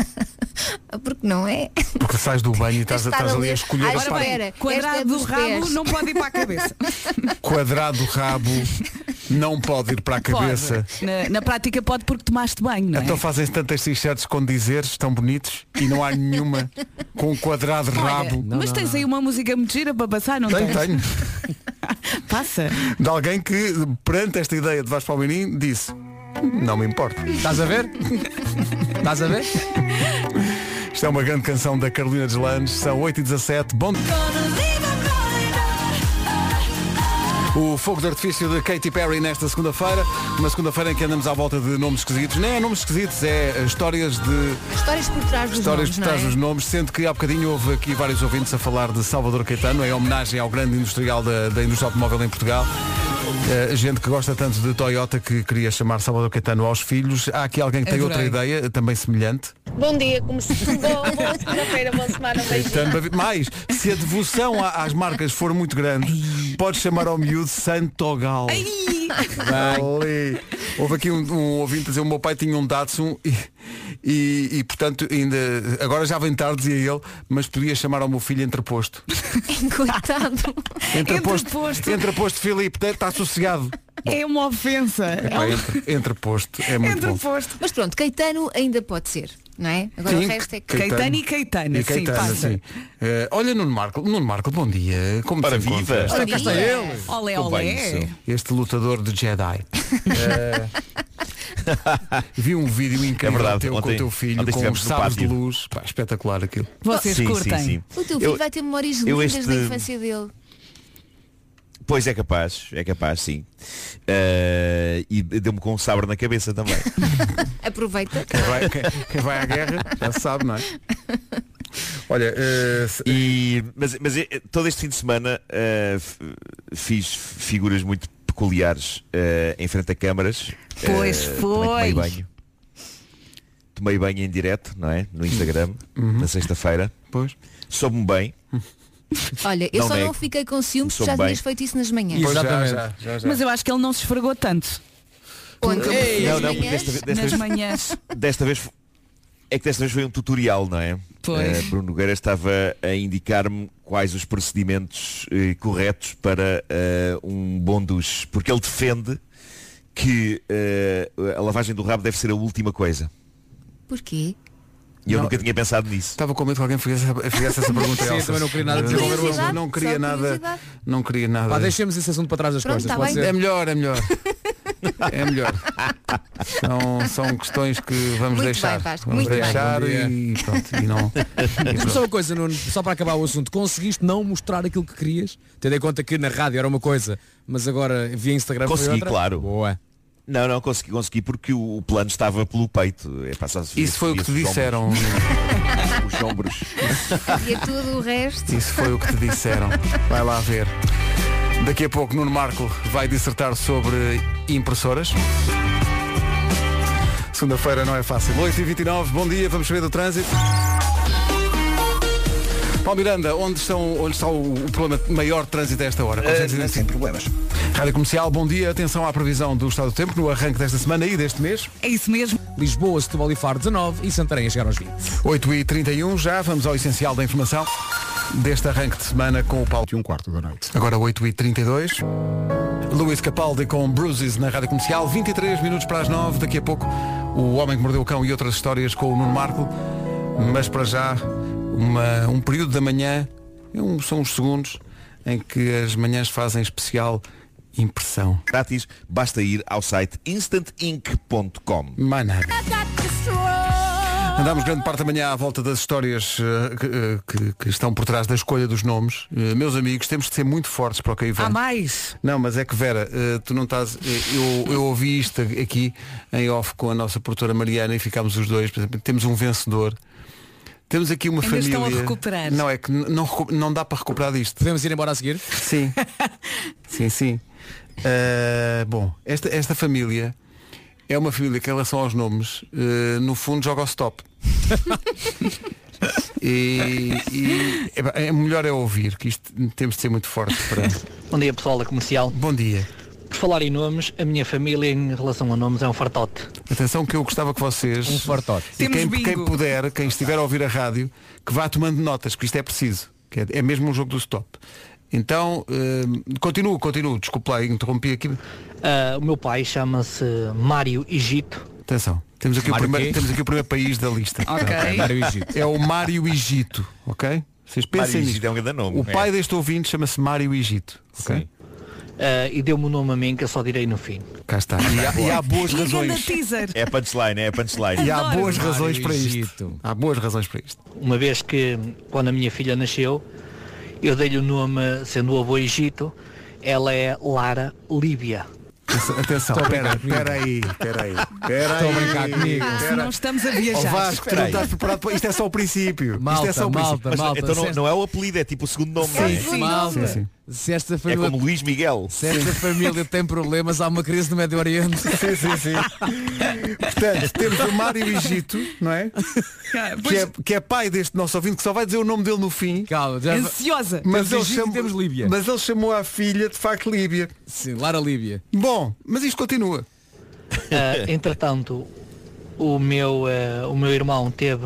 S5: Porque não é?
S1: Porque sais do banho e estás,
S5: Estar
S1: estás ali a escolher
S5: à
S1: a parte.
S5: espera.
S4: Quadrado
S5: Esta é
S4: do
S5: dos
S4: rabo
S5: pés.
S4: não *laughs* pode ir para a cabeça.
S1: Quadrado rabo não pode ir para a cabeça.
S4: Pode. Na, na prática pode porque tomaste banho, não é?
S1: Então fazem-se tantas t-shirts com dizeres tão bonitos e não há nenhuma com um quadrado
S4: Olha,
S1: rabo.
S4: mas tens aí uma música muito gira para passar, não
S1: Tenho,
S4: tens?
S1: tenho.
S4: *laughs* Passa.
S1: De alguém que, perante esta ideia de Vasco Palmeirim, disse Não me importa.
S6: Estás a ver? Estás a ver?
S1: Isto é uma grande canção da Carolina Deslandes. São 8h17. Bom O fogo de artifício de Katy Perry nesta segunda-feira. Uma segunda-feira em que andamos à volta de nomes esquisitos. Nem é nomes esquisitos, é histórias de...
S5: Histórias por trás dos
S1: Histórias
S5: nomes,
S1: por trás
S5: não é?
S1: dos nomes, sendo que há bocadinho houve aqui vários ouvintes a falar de Salvador Caetano, em homenagem ao grande industrial da, da indústria automóvel em Portugal. Eh, gente que gosta tanto de Toyota que queria chamar Salvador Caetano aos filhos. Há aqui alguém que tem
S15: Adorei.
S1: outra ideia, eh, também semelhante.
S16: Bom dia, como *laughs* se... Boa, boa segunda-feira, boa semana, beijinhos.
S1: Caetano Bavi- Mais, se a devoção a- às marcas for muito grande, pode chamar ao miúdo Santogal.
S5: *laughs*
S1: Ali. Houve aqui um, um ouvinte a dizer o meu pai tinha um Datsun e, e, e, portanto ainda agora já vem tarde, dizia ele, mas podia chamar ao meu
S4: *laughs*
S1: filho entreposto.
S5: Coitado.
S1: Entreposto, entreposto Filipe, está sossegado.
S4: É uma ofensa.
S1: Epá, entre, entreposto, é muito bom.
S5: Mas pronto, Caetano ainda pode ser, não é? Agora
S1: Sim,
S5: o resto é
S1: Caetano. Caetano e Caetano, E Caetano, sim, passa. sim. Eh, olha Nuno Marco, Nuno Marco, bom dia. Como Para
S17: viva.
S1: Olha, cá está
S17: Bom dia.
S1: ele.
S4: Olé,
S1: Como vai,
S4: olé.
S1: Nuno? Este lutador de
S17: *laughs*
S1: Jedi. Eh, vi um vídeo incrível
S17: É verdade,
S1: teu, com
S17: ontem-
S1: o teu filho
S17: ontem
S1: com
S17: estivemos
S1: uns
S17: no
S1: sabres de
S17: pátio.
S1: luz. Pá, espetacular aquilo.
S5: Vocês
S17: sim,
S5: curtem.
S17: Sim, sim.
S5: O teu filho
S17: Eu-
S5: vai ter memórias
S17: eu
S5: lindas da
S17: este-
S5: infância dele. *laughs*
S17: Pois é capaz, é capaz, sim. Eh, e deu-me com um sabre na cabeça também.
S5: Aproveita.
S1: *laughs* Quem vai, quem- quem vai à guerra já sabe, não é? Olha, eh,
S17: e, mas, mas eh, todo este fim de semana eh, f- fiz figuras muito peculiares eh, em frente a câmaras.
S4: Pois
S17: Eh,
S4: foi.
S17: também Tomei banho. Tomei banho em direto, não é? No Instagram, na sexta-feira.
S1: Uhum. Pois. Uhum.
S17: Soube-me bem.
S5: Olha, eu
S17: Não
S5: só não
S17: nego.
S5: fiquei com ciúmes se
S17: Sou
S5: já
S17: bem.
S5: tinhas feito isso nas manhãs.
S17: Pois já, Exatamente. já, já, já.
S4: Mas eu acho que ele não se esfregou tanto.
S5: Ontem,
S4: Ei,
S17: não,
S4: nas
S17: não, porque
S4: manhãs-
S17: desta, vez- desta
S4: nas
S17: vez,
S4: manhãs.
S17: desta vez fo- é que desta vez foi um tutorial, não é?
S4: Pois.
S17: Eh, Bruno Nogueira estava a indicar-me quais os procedimentos eh, corretos para eh, um bom duche, porque ele defende que eh, a lavagem do rabo deve ser a última coisa.
S5: Porquê?
S17: E eu
S1: Não.
S17: nunca tinha pensado nisso.
S1: Estava com medo que alguém fizesse, fizesse essa pergunta.
S17: Sim,
S1: Elsa.
S17: também não queria nada
S1: Eu
S17: desenvolver o
S1: não,
S17: assunto.
S1: não queria
S17: Só
S1: nada.
S17: curiosidade.
S1: Não queria nada.
S6: Pá, deixemos esse assunto para trás das
S1: Pronto,
S6: coisas
S1: tá
S6: pode
S1: bem.
S6: ser?
S1: É melhor, é melhor. É melhor. São, são questões que vamos
S6: Muito
S1: deixar.
S6: bem, Vasco,
S1: vamos
S6: muito bem.
S1: deixar
S6: Bom dia.
S1: e pronto. E não. e
S6: Diz-me
S1: pronto.
S6: só uma coisa, Nuno, só para acabar o assunto. Conseguiste não mostrar aquilo que querias? Tendo em conta que na rádio era uma coisa, mas agora via Instagram foi
S17: Consegui,
S6: outra?
S17: claro.
S6: Boa.
S17: Não, não, consegui, consegui porque o, o plano estava pelo peito. É, pá, só se
S1: Isso foi o que te
S17: via-se os
S1: disseram.
S17: ombros.
S1: *laughs*
S17: Os ombros.
S5: E é tudo o resto.
S1: Isso foi o que te disseram. Vai lá ver. Daqui a pouco Nuno Marco vai dissertar sobre impressoras. Segunda-feira não é fácil. 8h29, bom dia, vamos saber do trânsito. Paulo Miranda, onde, estão, onde está o, o problema maior de trânsito a esta hora? Consegues identificar?
S18: Eh, sem problemas.
S1: Rádio Comercial, bom dia. Atenção à previsão do estado do tempo no arranque desta semana e deste mês.
S4: É isso mesmo.
S6: Lisboa, Setúbal e Faro 19 e Santarém a chegar aos 20.
S1: 8h31, já vamos ao essencial da informação. deste arranque de semana com o Paulo. de um quarto
S19: é?
S1: da noite. Agora 8h32. Luís Capaldi com Bruises na Rádio Comercial. 23 minutos para as 9. Daqui a pouco, o Homem que Mordeu o Cão e outras histórias com o Nuno Marco. Mas para já, uma- um período da manhã, um- são uns segundos, em que as manhãs fazem especial impressão.
S17: Grátis, basta ir ao site instantinc.com.
S1: Mais nada. Andámos grande parte da manhã à volta das histórias eh, que, eh, que- que estão por trás da escolha dos nomes. Eh, meus amigos, temos de ser muito fortes para o que aí vem.
S4: Há mais!
S1: Não, mas é que Vera, eh, tu não estás. eh, Eu, eu ouvi isto aqui em off com a nossa produtora Mariana e ficámos os dois. por exemplo, Temos um vencedor. Temos aqui uma
S4: Ainda
S1: família.
S4: estão a recuperar.
S1: Não é que n- não, recu- não dá para recuperar disto.
S6: Podemos ir embora a seguir?
S4: *laughs*
S1: Sim. sim, sim. Eh, bom, esta, esta família é uma família que em relação aos nomes, eh, no fundo joga ao stop. e e, epá, é melhor é ouvir, que isto temos de ser muito forte para.
S15: *laughs* Bom dia pessoal da comercial.
S1: Bom dia.
S15: Por falar em nomes, a minha família em relação a nomes é um fartote.
S1: Atenção que eu gostava que vocês
S15: Um fartote.
S1: e
S15: Temos
S1: quem,
S15: bingo.
S1: quem puder, quem estiver a ouvir a rádio, que vá tomando notas, que isto é preciso. que é, é mesmo um jogo do stop. Então, hum, continuo, continuo, desculpa lá, interrompi aqui.
S15: Ah, o meu pai chama-se Mário Egito.
S1: Atenção, temos aqui, o
S15: Mário
S1: primeiro,
S15: quê?
S1: temos aqui o primeiro país da lista.
S15: *laughs* Ok. Mário Egito.
S1: É o Mário Egito, ok? Vocês pensem
S15: Mário
S1: nisto.
S15: Egito é um grande nome,
S1: o
S15: é.
S1: pai deste ouvinte chama-se Mário Egito, ok?
S15: Ah, e deu-me o nome a mim que eu só direi no fim.
S1: Cá está. E há, e há boas razões.
S4: teaser.
S17: É punchline, é punchline.
S1: E há boas razões para isto. Há boas razões para isto.
S15: Uma vez que, quando a minha filha nasceu, eu dei-lhe o nome, sendo o avô Egito, ela é Lara Líbia.
S1: Atenção,
S15: Estou a
S1: espera,
S15: brincar comigo.
S1: espera aí, espera aí. Espera
S15: Estou a
S1: aí,
S15: brincar comigo. Ah,
S1: espera.
S15: não estamos a viajar.
S1: Oh, Vasco, tu
S15: Espera
S1: não
S15: aí.
S1: estás preparado para... Isto é só o princípio. Isto é só o princípio.
S17: Mas, então não, não é o apelido, é tipo o segundo nome. não é?
S6: Malta, Se esta família,
S17: É como Luís Miguel.
S6: se esta família tem problemas, há uma crise no Médio Oriente.
S1: *laughs* Sim, sim, sim. Portanto, temos o Mário Egito,
S15: *laughs*
S1: não é?
S15: Ah,
S1: Que, é? que é pai deste nosso ouvinte, que só vai dizer o nome dele no fim.
S6: Calma, já- Ansiosa. Temos Egito e temos Líbia.
S1: Mas ele chamou a filha, de facto, Líbia.
S6: Sim, Lara Líbia.
S1: Bom, mas isto continua. *laughs*
S15: Ah, entretanto, o meu, eh, o meu irmão teve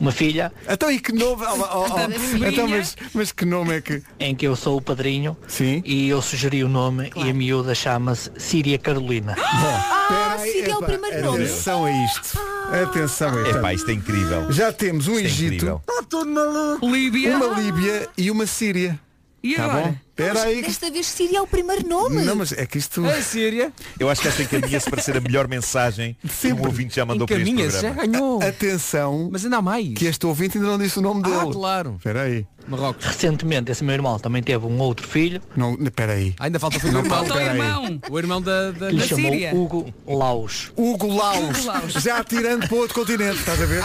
S15: uma filha.
S1: Então e que nome? oh,
S6: Ah, tá,
S1: oh, oh, então, mas, mas que nome é que.
S15: Em que eu sou o padrinho
S1: Sim.
S15: e eu sugeri o nome e a miúda chama-se Síria
S1: *gasps*
S15: Carolina.
S1: Ah,
S5: Síria é o primeiro nome.
S1: Atenção a isto. Atenção a isto.
S17: Epá, isto é incrível.
S1: Já temos um
S17: Isto é
S1: Egito,
S17: incrível.
S4: Líbia.
S1: uma Líbia e uma Síria.
S4: E
S1: tá
S4: agora?
S1: bom? Espera aí. que-
S5: Desta vez Síria é o primeiro nome.
S1: Não, mas é que isto.
S6: Síria.
S17: Eu acho que esta encaminha-se para ser a melhor mensagem que um ouvinte já mandou para este programa.
S6: ganhou.
S1: Atenção.
S6: Mas ainda há mais.
S1: Que este ouvinte ainda não disse o nome dele.
S6: claro.
S1: Espera aí.
S6: Marrocos.
S15: Recentemente esse meu irmão também teve um outro filho.
S1: Não, espera aí.
S6: Ainda falta o filho do
S1: Não,
S6: irmão.
S1: falta o Espera aí. irmão.
S6: O irmão da, da,
S15: Que lhe
S6: da
S15: chamou
S6: Síria.
S15: Hugo Laos.
S1: Hugo Laos.
S6: Hugo Laos.
S1: Já tirando para outro continente, estás a ver?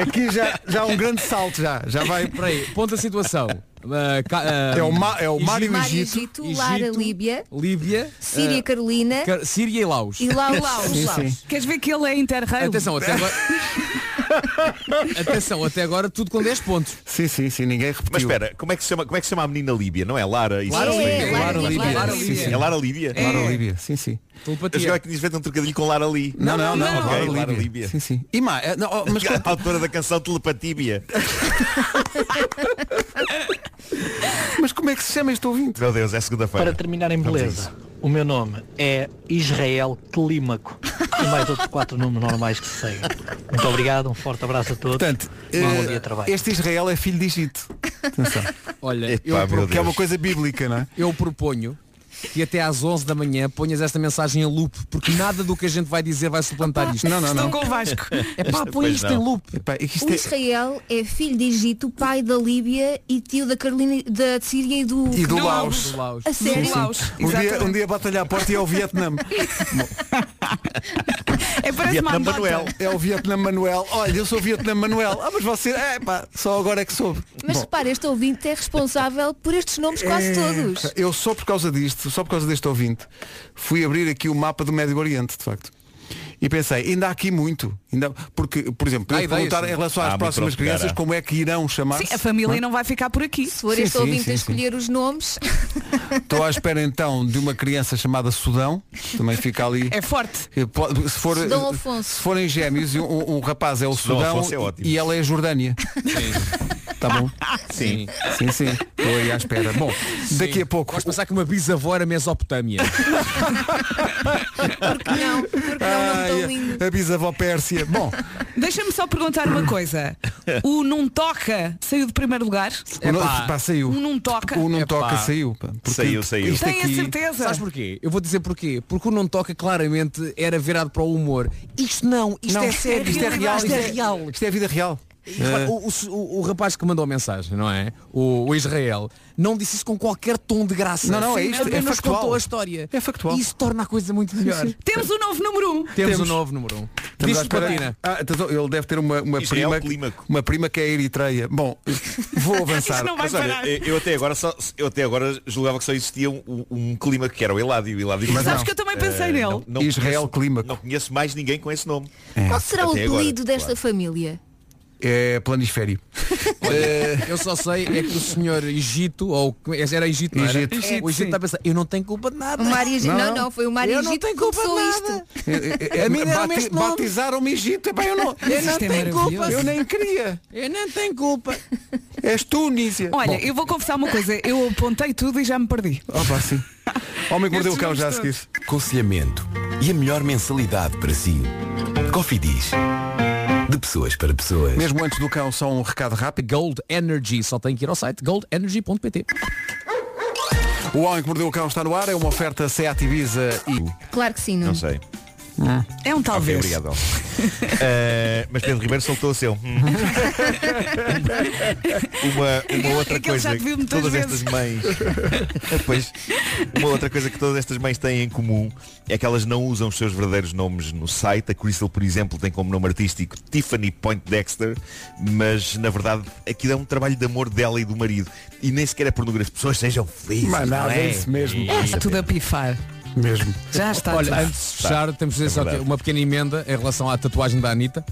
S1: Aqui já, já há um grande salto já. Já vai.
S6: Espera aí, ponto a situação. Ah, ca- ah,
S1: É o Ma- é o Mário
S5: Mário Egito, Lara Líbia,
S6: Líbia,
S5: Síria
S6: ah,
S5: Carolina.
S6: Car- Síria e Laos.
S5: E Laos. Laos. Sim, sim.
S4: Queres ver que ele é interrail?
S6: Atenção, até agora.
S1: *laughs*
S6: Atenção, até agora tudo com 10 pontos.
S1: Sim, sim, sim, ninguém repetiu.
S17: Mas espera, como é que se chama, como é que se chama a menina Líbia? Não é Lara? Isso
S6: Lara
S17: é,
S6: Líbia.
S17: é
S6: Lara Líbia. Lara
S17: Sim,
S6: Líbia.
S17: sim. É Lara Líbia.
S1: Lara Líbia, sim, sim.
S17: Eu chegava aqui e inventa um trocadilho com Lara Lee.
S1: Não, não, não,
S17: Ok,
S1: Lara
S17: Lara
S1: Líbia.
S17: Líbia.
S1: Sim, sim. E má, não, oh, mas
S17: *laughs* a autora da canção Telepatíbia.
S1: Mas como é que se chama este ouvinte?
S17: Meu Deus, é
S15: Para
S17: segunda-feira.
S15: terminar em
S17: Vamos a
S15: beleza, o meu nome é Israel Clímaco. E mais outros quatro nomes normais que se seguem. Muito obrigado, um forte abraço a todos.
S1: Portanto,
S15: um bom
S1: eh,
S15: dia de trabalho.
S1: Este Israel é filho de Egito. Atenção.
S6: Olha,
S1: Epá,
S6: eu
S1: meu
S6: proponho-
S1: Deus. Que é uma *laughs* coisa bíblica, não é?
S6: Eu proponho que até às 11 da manhã ponhas esta mensagem em loop, porque nada do que a gente vai dizer vai suplantar isto.
S1: Não, não, não. Estou com
S6: *laughs*
S1: o
S6: Vasco. É pá, põe
S1: Pois
S6: isto
S1: não.
S6: em loop.
S1: Epá, é que isto
S5: O
S1: é-
S5: Israel é filho de Egito, pai da Líbia e tio da Carolina, da Síria e do,
S1: E do Laos.
S5: A sério?
S1: Sim, sim. Um dia, um dia batalha à porta e é
S5: *laughs*
S1: o Vietnã.
S4: É parece uma
S1: Vietnã
S4: anedota.
S1: Manuel. É o Vietnã Manuel. Olha, eu sou o Vietnã Manuel. Ah, mas você. É pá, só agora é que soube.
S5: Mas
S1: Bom.
S5: repara, este ouvinte é responsável por estes nomes quase todos.
S1: Epá, É, Eu só por causa disto, só por causa deste ouvinte, fui abrir aqui o mapa do Médio Oriente, de facto. E pensei, ainda há aqui muito. Ainda, porque, por exemplo,
S4: Há
S1: podemos
S4: ideias,
S1: perguntar
S4: sim.
S1: em relação
S4: Há
S1: às
S4: muito
S1: próximas
S4: para procurar,
S1: crianças
S4: há.
S1: como é que irão chamar-se.
S4: Sim, *laughs* a família
S1: é?
S4: não vai ficar por aqui.
S5: Se for
S1: Sim,
S5: este
S1: sim,
S5: ouvinte a
S1: sim, sim.
S5: escolher os nomes,
S1: Estou à espera então de uma criança chamada Sudão, que também fica ali.
S4: *laughs* É forte.
S1: Eh, pode- Se, for,
S5: Sudão
S1: eh,
S5: Afonso.
S1: se forem gêmeos, e um, um rapaz é o
S17: Sudão
S1: Sudão,
S17: Afonso é
S1: *laughs*
S17: ótimo.
S1: e ela é a Jordânia. Está bom? Sim. Sim, sim. Estou aí à espera. Bom, daqui a pouco.
S6: Podes pensar que uma bisavó era Mesopotâmia.
S1: não? Porque não, lindo. A bisavó Pérsia. Bom,
S4: Deixa-me só perguntar uma coisa. O Não Toca saiu de primeiro lugar?
S1: o não- pá, saiu.
S4: O Não Toca.
S1: O não
S6: Epá.
S1: toca saiu. pá. Porque
S17: Saiu, saiu.
S1: isto
S4: Tenho a
S1: aqui-
S4: certeza.
S6: Sabes porquê? Eu vou dizer porquê. Porque o não toca claramente era virado para o humor. Isto não, isto
S1: Não,
S6: é sério,
S1: isto é real,
S6: isto é
S1: isto é-
S6: real.
S1: Isto é vida real.
S6: E repara,
S1: Eh,
S6: o, o- o- o rapaz que mandou a mensagem, não é? O, o Israel, não disse isso com qualquer tom de graça.
S1: Não, não, é
S6: Sim,
S1: isto, é
S6: apenas
S1: factual.
S6: contou a história.
S1: É factual.
S6: Isso torna a coisa muito melhor.
S4: Temos o novo número 1. Um.
S6: Temos, o
S1: Temos.
S6: novo número 1. Um.
S1: Estamos à
S6: Diz-te,
S1: espera-
S6: Platina.
S1: Ah, atenção, ele deve ter uma, uma
S17: Isto é
S1: prima,
S17: o clímaco.
S1: uma prima que é eritreia. Bom,
S4: *laughs*
S1: vou avançar.
S17: Mas olha, eu até, agora só, eu até agora julgava que só existia um, um clima que era o Eladio. o Eladio
S1: Mas Sabes não. que eu
S4: também pensei
S17: Eh,
S4: nele.
S17: não- não
S1: Israel
S17: conheço-
S1: Clímaco.
S17: Não conheço mais ninguém com esse nome.
S5: Qual será
S17: Até
S5: o
S17: agora,
S5: apelido desta família?
S1: É planisfério.
S6: Eu só sei é que o senhor Egito, ou é, era Egito, não era?
S1: Egito. Egito,
S6: O Egito está a pensar, eu não tenho culpa de nada.
S5: O Mar Egito- Não, não,
S6: Ah, não,
S5: foi o Mar
S6: Eu não
S5: Egito
S6: tenho
S5: que
S6: culpa de
S5: começou
S6: nada.
S5: isto.
S1: É, é,
S6: A mim deram
S1: bati-
S6: este nome.
S1: Batizaram-me Egito. Epá, eu
S6: *laughs*
S1: não,
S6: Eu não tenho culpa.
S1: Eu nem queria.
S6: Eu não tenho culpa.
S1: És Tunísia.
S4: Olha,
S1: Bom,
S4: eu vou confessar uma coisa. Eu apontei tudo e já me perdi.
S1: opa,
S18: *laughs*
S1: sim. Homem que mordeu o cão já a seguir.
S18: Aconselhamento e a melhor mensalidade para si. Cofidis. De pessoas para pessoas.
S1: Mesmo antes do cão, só um recado rápido.
S6: Gold Energy, só tem que ir ao site goldenergy.pt.
S1: O Homem que Mordeu o Cão está no ar. É uma oferta Seat Ibiza e...
S5: Claro que sim,
S17: Não
S5: não.
S17: sei.
S4: É um
S17: Ah, Ok,
S4: talvez.
S17: obrigado.
S4: *laughs*
S17: Eh, mas Pedro Ribeiro soltou o seu. Hum. uma, uma outra
S4: É que ele já
S17: coisa
S4: te viu
S17: que
S4: muitas
S17: todas
S4: vezes.
S17: estas mães. pois, uma outra coisa que todas estas mães têm em comum é que elas não usam os seus verdadeiros nomes no site. A Crystal, por exemplo, tem como nome artístico Tiffany Point Dexter, mas na verdade aquilo é um trabalho de amor dela e do marido. E nem sequer é pornografia. As pessoas sejam felizes.
S1: Mas nada,
S17: não
S1: é isso mesmo.
S4: É, está tudo a pifar.
S1: Mesmo.
S4: Já está
S6: Olha,
S4: tudo.
S6: antes de fechar, temos
S18: É
S6: de fazer só
S17: verdade.
S6: uma pequena emenda em relação à tatuagem da Anitta.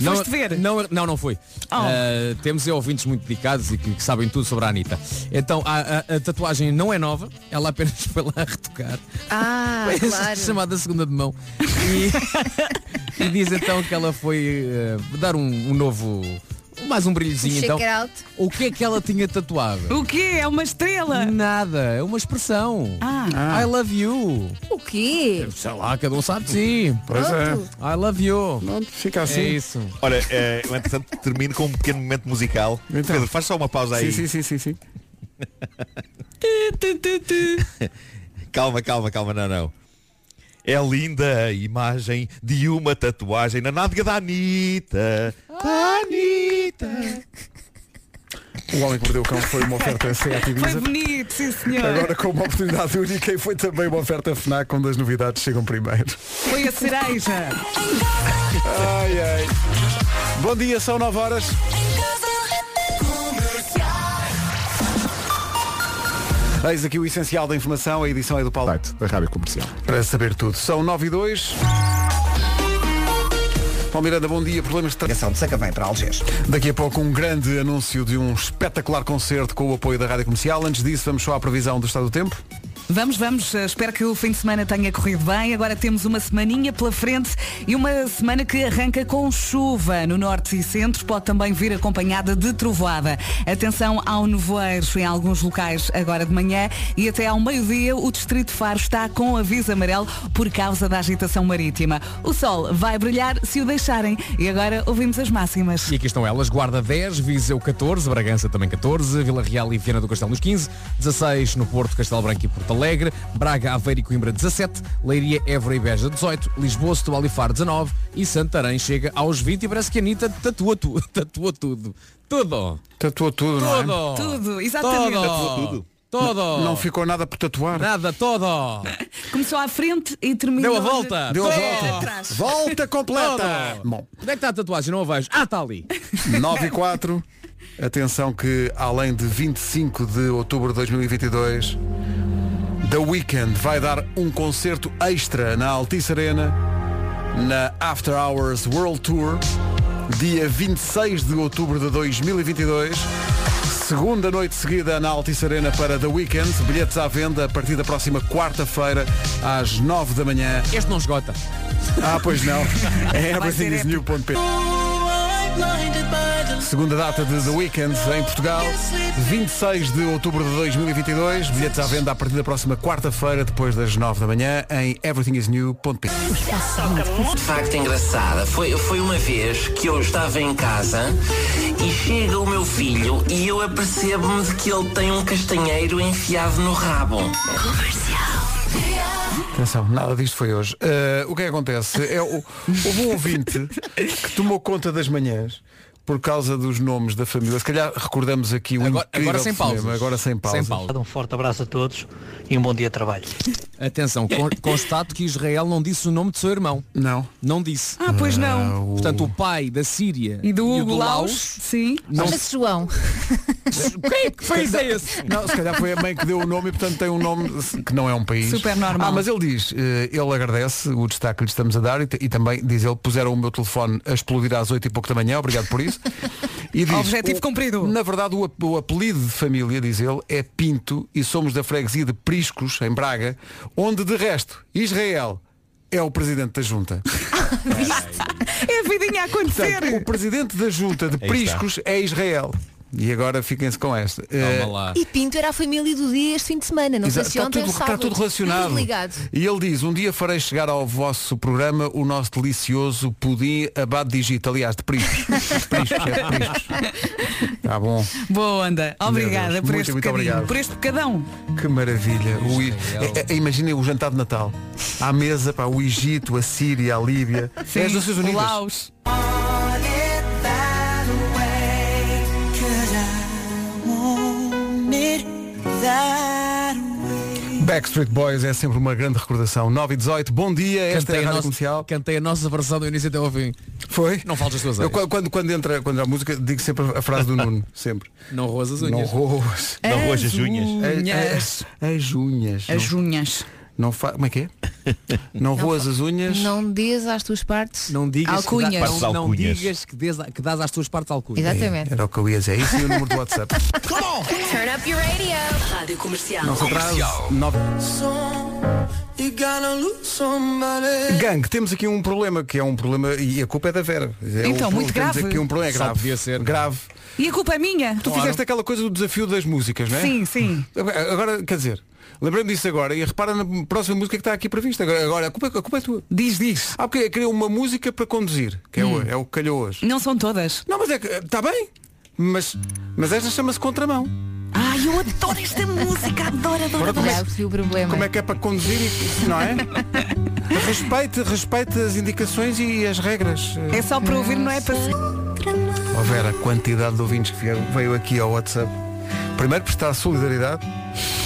S6: Não,
S4: Foste ver?
S6: não, não, não foi.
S4: Oh.
S6: temos é, ouvintes muito dedicados e que, que sabem tudo sobre a Anitta. Então, a, a- a tatuagem não é nova, ela apenas *laughs* foi lá retocar. *laughs*
S5: Ah,
S6: Foi
S5: claro.
S6: chamada segunda de mão.
S5: *laughs*
S6: E, e diz então que ela foi eh, dar um, um novo. Mais um brilhozinho
S5: Um
S6: então.
S5: shaker out.
S6: O que é que ela tinha tatuado?
S4: O quê? É uma estrela?
S6: Nada, é uma expressão.
S4: Ah.
S6: I love you.
S5: O quê?
S6: Sei lá, cada um sabe de si.
S1: Pois é.
S5: Pronto.
S6: I love you.
S1: Pronto, fica
S6: É
S1: assim.
S6: isso.
S17: Olha, eh, eu, entretanto termino com um pequeno momento musical. Pedro, faz só uma pausa aí.
S1: Então. sim, sim, sim, sim, sim.
S17: Calma, calma, calma, não, não. É linda a imagem de uma tatuagem na nádega da Anitta.
S1: O Homem que Mordeu o Cão foi
S4: *laughs*
S1: uma oferta Seat
S4: Foi
S1: Ibiza.
S4: bonito, sim senhor.
S1: Agora com uma oportunidade única e foi também uma oferta FNAC onde as novidades chegam primeiro.
S4: Foi assim. a cereja.
S1: Ai, ai. Bom dia, são 9 horas. Eis aqui o essencial da informação, a edição é do Paulo.
S2: Site da Rádio Comercial.
S1: Para saber tudo. São 9 e 2. Paulo Miranda, bom dia. Problemas de trânsito.
S20: Ligação de Sacavém para Algés.
S1: Daqui a pouco um grande anúncio de um espetacular concerto com o apoio da Rádio Comercial. Antes disso, vamos só à previsão do estado do tempo.
S4: Vamos, vamos. Eh, Espero que o fim de semana tenha corrido bem. Agora temos uma semaninha pela frente e uma semana que arranca com chuva no norte e centro. Pode também vir acompanhada de trovoada. Atenção ao nevoeiro em alguns locais agora de manhã e até ao meio-dia o Distrito Faro está com aviso amarelo por causa da agitação marítima. O sol vai brilhar se o deixarem. E agora ouvimos as máximas.
S6: E aqui estão elas, Guarda 10, Viseu 14, Bragança também 14, Vila Real e Viana do Castelo nos 15, 16 no Porto, Castelo Branco e Porto Alegre, Braga, Aveiro e Coimbra 17, Leiria, Évora e Beja 18, Lisboa, Setúbal e Faro 19 e Santarém chega aos 20 e parece que a Anitta tatua, tu, *laughs* tatua tudo. Tudo.
S1: Tatuou tudo, não é?
S6: Tudo.
S4: Tudo, exatamente.
S6: Tudo. Tudo. Todo.
S1: Não ficou nada por tatuar.
S6: Nada, todo.
S4: Começou à frente e terminou.
S6: Deu a volta.
S1: Deu a
S6: Todo.
S1: volta. Volta completa.
S6: Todo.
S1: Bom,
S6: Onde é que está a tatuagem? Não a vejo. Ah, está ali.
S1: 9 e 4. Atenção que além de 25 de outubro de 2022, The Weeknd vai dar um concerto extra na Altice Arena na After Hours World Tour, dia 26 de outubro de 2022. Segunda noite seguida na Altice Arena para The Weeknd. Bilhetes à venda a partir da próxima quarta-feira às 9 da manhã.
S6: Este não esgota.
S4: *laughs*
S1: Ah, pois não. É
S4: Vai ser épico.
S1: everythingisnew.pt Segunda data de The Weekend em Portugal, 26 de outubro de 2022. Bilhetes à venda a partir da próxima quarta-feira, depois das 9 da manhã, em everythingisnew.pt.
S20: De facto engraçada foi, foi uma vez que eu estava em casa e chega o meu filho e eu apercebo-me de que ele tem um castanheiro enfiado no rabo.
S1: Atenção, nada disto foi hoje. Eh, o que é que acontece? É, o- houve um ouvinte que tomou conta das manhãs por causa dos nomes da família. Se calhar recordamos aqui o
S6: Agora-
S1: incrível
S6: agora sem
S1: telefonema,
S6: pausas.
S1: Agora sem pausa.
S6: Sem pausas.
S15: Um forte abraço a todos e um bom dia de trabalho.
S6: Atenção, con- *laughs*
S15: *laughs*
S6: constato que Israel não disse o nome do seu irmão.
S1: Não.
S6: Não disse.
S4: Ah, pois não.
S6: Portanto, o pai da Síria
S4: E do
S6: o
S4: Hugo Laus, sim.
S6: Não-
S5: Chama-se *laughs* João.
S6: Quem é que fez esse?
S1: Não, se calhar foi a mãe que deu o nome e portanto tem um nome se- que não é um país.
S4: Super normal.
S1: Ah, mas ele diz, eh, ele agradece o destaque que lhe estamos a dar e, t- e também diz ele, puseram o meu telefone a explodir às 8 e pouco da manhã, obrigado
S4: *laughs*
S1: por isso. E diz,
S4: Objetivo
S1: o-
S4: cumprido.
S1: Na verdade o, ap- o apelido de família, diz ele, é Pinto e somos da freguesia de Priscos, em Braga, onde de resto Israel é o presidente
S4: *laughs*
S1: da junta.
S4: É a vidinha a acontecer.
S1: *laughs* Portanto, o presidente da junta de
S4: está.
S1: Priscos é Israel. E agora fiquem-se com esta. Eh,
S5: E Pinto era a família do dia este fim de semana, não
S6: tá
S1: Exato,
S5: sei se
S1: está,
S5: ontem
S1: tá tudo,
S5: ou
S1: está
S5: sábado.
S1: tudo relacionado.
S5: Tudo ligado.
S1: E ele diz, um dia farei chegar ao vosso programa o nosso delicioso pudim abado digito, aliás, de
S5: *laughs*
S1: priscos. De priscos, é de priscos. Está bom.
S4: *laughs* Boa onda. Obrigada
S1: Meu Deus,
S4: por
S1: muito,
S4: este
S1: muito
S4: bocadinho,
S1: obrigado.
S4: por este bocadão.
S1: Que maravilha. O I- é, é, Imaginem o jantar de Natal. À mesa, para o Egito, a Síria, a Líbia.
S4: Sim,
S1: é as Nações
S4: o
S1: Unidas.
S4: Laos.
S1: Backstreet Boys é sempre uma grande recordação. 9 e 18, bom dia, esta é
S6: Cantei a,
S1: a Rádio
S6: nossa,
S1: Comercial.
S6: cantei a nossa versão do início até ao fim.
S1: Foi?
S6: Não faltas tuas
S1: Eu,
S6: áreas.
S1: quando, quando- quando entra quando entra a música, digo sempre a frase
S6: *laughs*
S1: do Nuno, sempre.
S6: Não roas as
S1: Não
S6: unhas.
S1: roas.
S6: Não roas as unhas.
S1: As, as unhas.
S4: As unhas.
S1: Não fa... Como é que é? Não roas as unhas.
S5: Não dês às tuas partes
S6: Não digas, Que,
S5: alcunhas.
S6: dá- não, não digas que, dês, que dás às tuas partes alcunhas.
S5: Exatamente.
S1: Era o que eu ia dizer. É Isso e o número do WhatsApp.
S7: Turn up your radio. Rádio Comercial.
S1: Não se atrase. Nove- Gang, temos aqui um problema que é um problema e a culpa é da Vera. É
S4: Então,
S1: um,
S4: muito
S1: temos
S4: grave.
S1: aqui um problema é
S4: Só
S1: grave. Devia ser. Grave.
S4: E a culpa é minha.
S1: Tu fizeste aquela coisa do desafio das músicas, não é?
S4: Sim, sim.
S1: Agora, quer dizer, lembrei-me disso agora e repara na próxima música que está aqui prevista. Agora, agora a, culpa, a culpa é tua.
S4: Diz, diz. Hum.
S1: Ah, porque eu queria uma música para conduzir, que é, o- é o que calhou hoje.
S4: Não são todas.
S1: Não, mas é que está bem. Mas, mas esta chama-se contramão.
S4: Ai, eu adoro esta música. Adoro, adoro,
S1: Agora como é-
S5: Já percebi o problema.
S1: Como é que é para conduzir e
S4: *laughs*
S1: não é? Respeite, respeite as indicações e as regras. eh,
S4: É só para ouvir, não é para se-
S1: Ó Oh, Vera, a quantidade de ouvintes que vieram- veio aqui ao WhatsApp. Primeiro prestar solidariedade,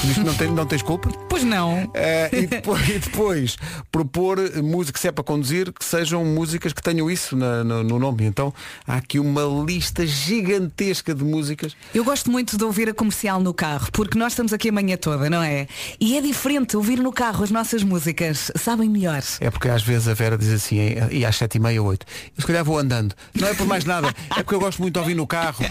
S1: diz que não, tem, não tens culpa.
S4: Pois não.
S1: Eh, e, depois, *laughs* e depois propor música, se é para conduzir, que sejam músicas que tenham isso na- no, no nome. Então há aqui uma lista gigantesca de músicas.
S4: Eu gosto muito de ouvir a comercial no carro, porque nós estamos aqui a manhã toda, não é? E é diferente ouvir no carro as nossas músicas, sabem melhor.
S1: É porque às vezes a Vera diz assim, eh, e às sete e meia, oito, eu se calhar vou andando. Não é por mais nada, é porque eu gosto muito de ouvir no carro.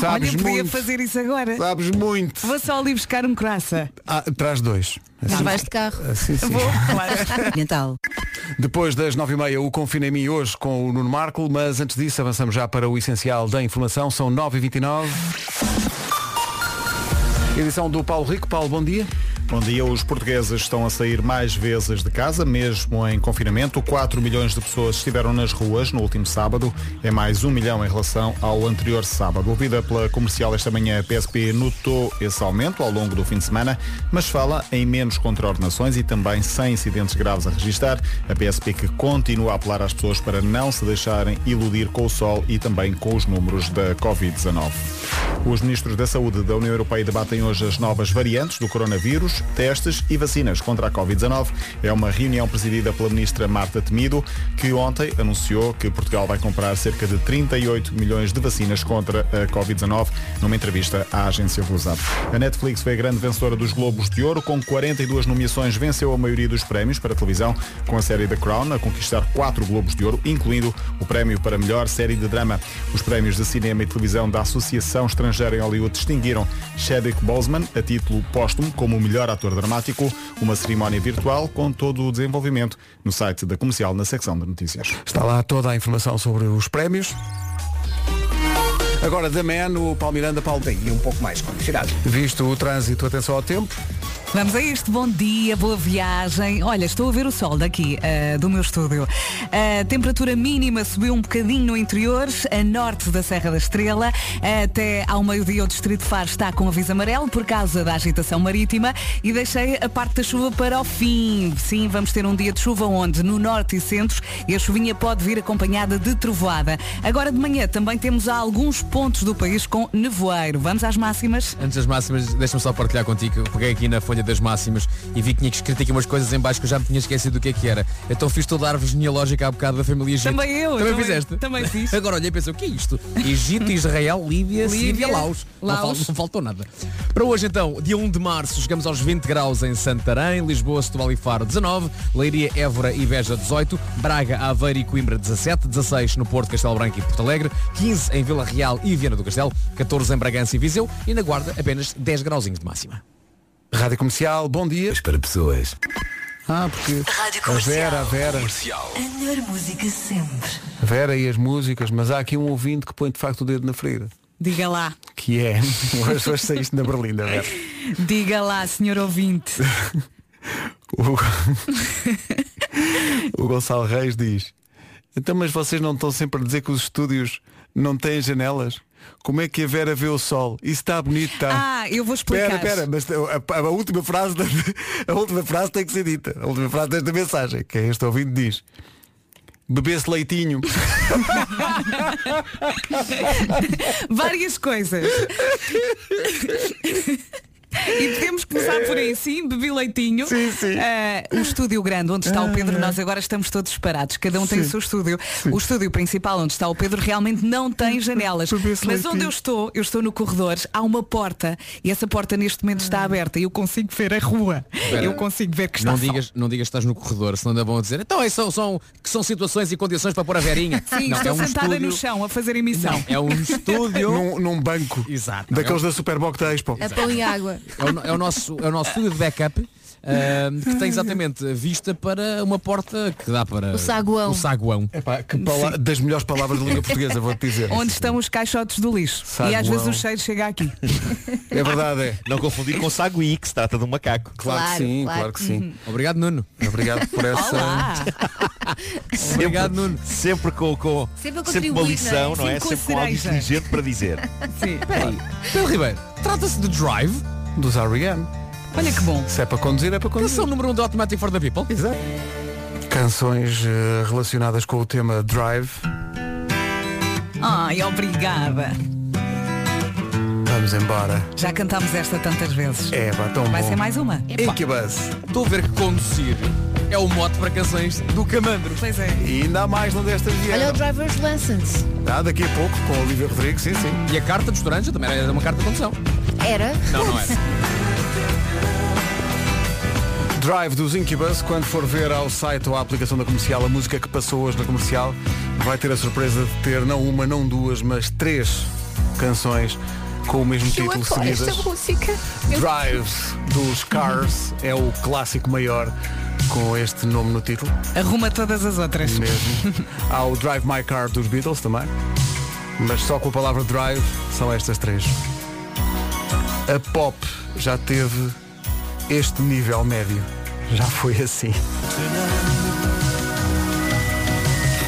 S1: Sabes
S4: *laughs* Olha, podia
S1: muito.
S4: fazer isso agora.
S1: Sabes muito.
S4: Vou só ali buscar um croissant. Tá
S1: Ah, traz dois.
S5: Não vais de carro.
S6: Ah,
S1: Assim, sim.
S4: Vou,
S6: *laughs*
S4: claro. Mental.
S1: Depois das nove e meia, o Confina em Mim hoje com o Nuno Marco, mas antes disso avançamos já para o essencial da informação. São nove e vinte e nove. Edição do Paulo Rico. Paulo, bom dia.
S19: Bom dia. Os portugueses estão a sair mais vezes de casa, mesmo em confinamento. 4 milhões de pessoas estiveram nas ruas no último sábado. É mais 1 milhão em relação ao anterior sábado. Ouvida pela comercial esta manhã, a PSP notou esse aumento ao longo do fim de semana, mas fala em menos contraordenações e também sem incidentes graves a registrar. A PSP que continua a apelar às pessoas para não se deixarem iludir com o sol e também com os números da Covid-19. Os ministros da Saúde da União Europeia debatem hoje as novas variantes do coronavírus, testes e vacinas contra a Covid-19. É uma reunião presidida pela ministra Marta Temido, que ontem anunciou que Portugal vai comprar cerca de 38 milhões de vacinas contra a Covid-19 numa entrevista à agência Lusa. A Netflix foi a grande vencedora dos Globos de Ouro, com 42 nomeações, venceu a maioria dos prémios para televisão, com a série The Crown a conquistar quatro Globos de Ouro, incluindo o prémio para melhor série de drama. Os prémios de cinema e televisão da Associação Estrangeira em Hollywood distinguiram Chadwick Boseman a título póstumo como o melhor para ator dramático, uma cerimónia virtual com todo o desenvolvimento no site da Comercial na secção de notícias.
S1: Está lá toda a informação sobre os prémios. Agora, da Man, o Palmiranda Paulo tem um pouco mais condicionado. Visto o trânsito, atenção ao tempo.
S4: Vamos a isto, bom dia, boa viagem. Olha, estou a ver o sol daqui, ah, do meu estúdio. A temperatura mínima subiu um bocadinho no interior, a norte da Serra da Estrela. Até ao meio-dia o Distrito de Faro está com aviso amarelo por causa da agitação marítima e deixei a parte da chuva para o fim. Sim, vamos ter um dia de chuva onde? No norte e centro e a chuvinha pode vir acompanhada de trovoada. Agora de manhã também temos alguns pontos do país com nevoeiro. Vamos às máximas?
S6: Antes das máximas, deixa-me só partilhar contigo. que Eu peguei aqui na folha das máximas e vi que tinha escrito aqui umas coisas em baixo que eu já me tinha esquecido do que é que era. Então fiz toda a árvore genealógica há bocado da família Egito.
S4: Também eu,
S6: Também,
S4: também-
S6: fizeste?
S4: também fiz.
S6: Agora olhei e pensei, o que é isto? Egito, Israel, Líbia,
S4: Líbia,
S6: Síria, Laos. Não, fal-
S4: Laos.
S6: não faltou nada. Para hoje então, dia 1 de março, chegamos aos 20 graus em Santarém, Lisboa, Setúbal e Faro 19, Leiria, Évora e Beja 18, Braga, Aveiro e Coimbra 17, 16 no Porto, Castelo Branco e Porto Alegre, 15 em Vila Real e Viana do Castelo, 14 em Bragança e Viseu e na Guarda apenas 10 grauzinhos de máxima.
S1: Rádio Comercial, bom dia.
S18: Para pessoas.
S1: Ah, porque
S7: Rádio
S1: a
S7: Comercial.
S1: Vera, a Vera,
S4: É
S7: A melhor
S6: *laughs*
S7: música sempre.
S1: a Vera e as músicas, mas há aqui um ouvinte que põe de facto o dedo na ferida.
S4: Diga lá,
S1: Que é. *laughs* Hoje, hoje saíste na Berlinda, Vera.
S4: diga lá, senhor ouvinte.
S1: *laughs* O, o Gonçalo Reis diz, então mas vocês não estão sempre a dizer que os estúdios não têm janelas? Como é que a Vera vê o sol? Isso está bonito, está.
S4: Ah, eu vou explicar.
S1: Espera, espera, mas a, a- a última frase da- *laughs* a última frase tem que ser dita. A última frase desta mensagem, que é este ouvinte diz.
S4: *laughs*
S1: Bebesse leitinho.
S4: Várias coisas. E podemos começar por aí, sim, bebi leitinho. Sim, sim. Ah, é. o estúdio grande onde está o Pedro, nós agora estamos todos parados, cada um tem o seu estúdio. O estúdio principal onde está o Pedro realmente não *laughs* tem janelas. Mas onde eu estou, eu estou no corredor, há uma porta e essa porta neste momento está aberta e eu consigo ver a rua.
S6: Espera.
S4: Eu consigo ver que está
S6: Não
S4: sol.
S6: digas, não digas que estás no corredor, senão ainda vão dizer, então é, são, são, que são situações e condições para pôr a verinha.
S4: Sim,
S6: não,
S4: estou
S6: é um
S4: sentada
S6: estúdio,
S4: no chão a fazer emissão.
S6: Não, é um estúdio.
S1: num, banco.
S6: Exato.
S1: Daqueles
S6: é
S1: da Superbox da Expo.
S5: É pão e água.
S6: um- é o, no- é o nosso, é o nosso estúdio de backup. ahm, que tem exatamente vista para uma porta que dá para
S5: O saguão.
S6: o saguão.
S1: Pala- das melhores palavras da língua portuguesa, vou-te
S5: *laughs*
S1: dizer.
S4: Onde estão os caixotes do lixo.
S1: Saguão.
S4: E às vezes o cheiro chega
S1: *laughs*
S4: aqui.
S1: É verdade, é.
S17: Não confundir com sagui, que se trata de um macaco.
S1: Claro, que sim, claro, que sim.
S6: Obrigado, Nuno.
S1: Obrigado por essa.
S6: Obrigado, Nuno.
S17: Sempre com, com-
S5: Sempre a
S17: sempre uma
S5: contribuir,
S17: lição, não
S5: não
S17: é?
S5: é?
S17: Sempre
S5: Sempre com
S17: com
S5: a
S17: algo
S5: cereja.
S17: inteligente para dizer.
S4: Sim.
S6: Peraí, Pedro Ribeiro, trata-se de Drive?
S1: Dos R.E.M.
S4: Olha que bom.
S1: Se é para conduzir, é para conduzir.
S6: Canção número 1 um do Automatic for the People.
S1: Exato. Canções eh, relacionadas com o tema Drive.
S4: Ai, obrigada.
S1: Vamos embora.
S4: Já cantámos esta tantas vezes.
S1: É, pá, tão
S4: Vai
S1: bom.
S4: ser mais um. uma.
S1: Incubus.
S6: Estou a ver que conduzir é o mote para canções do Camandro.
S4: Pois é.
S1: E ainda há mais não destas
S5: Olha o
S1: vieram.
S5: driver's license.
S1: Ah, daqui a pouco com o Olivia Rodrigues, sim, sim.
S6: E a carta de Estoranja também era uma carta de condução.
S5: Era?
S6: Não, não é. era.
S1: Drive dos Incubus, quando for ver ao site ou à aplicação da comercial a música que passou hoje na comercial, vai ter a surpresa de ter não uma, não duas, mas três canções com o mesmo
S5: Eu
S1: título
S16: é
S5: adoro esta
S1: seguidas.
S5: música. Eu-
S1: Drives dos Cars é o clássico maior com este nome no título.
S4: Arruma todas as outras. *laughs*
S1: Mesmo. Há o Drive My Car dos Beatles também. Mas só com a palavra drive são estas três. A pop já teve este nível médio. Já foi assim.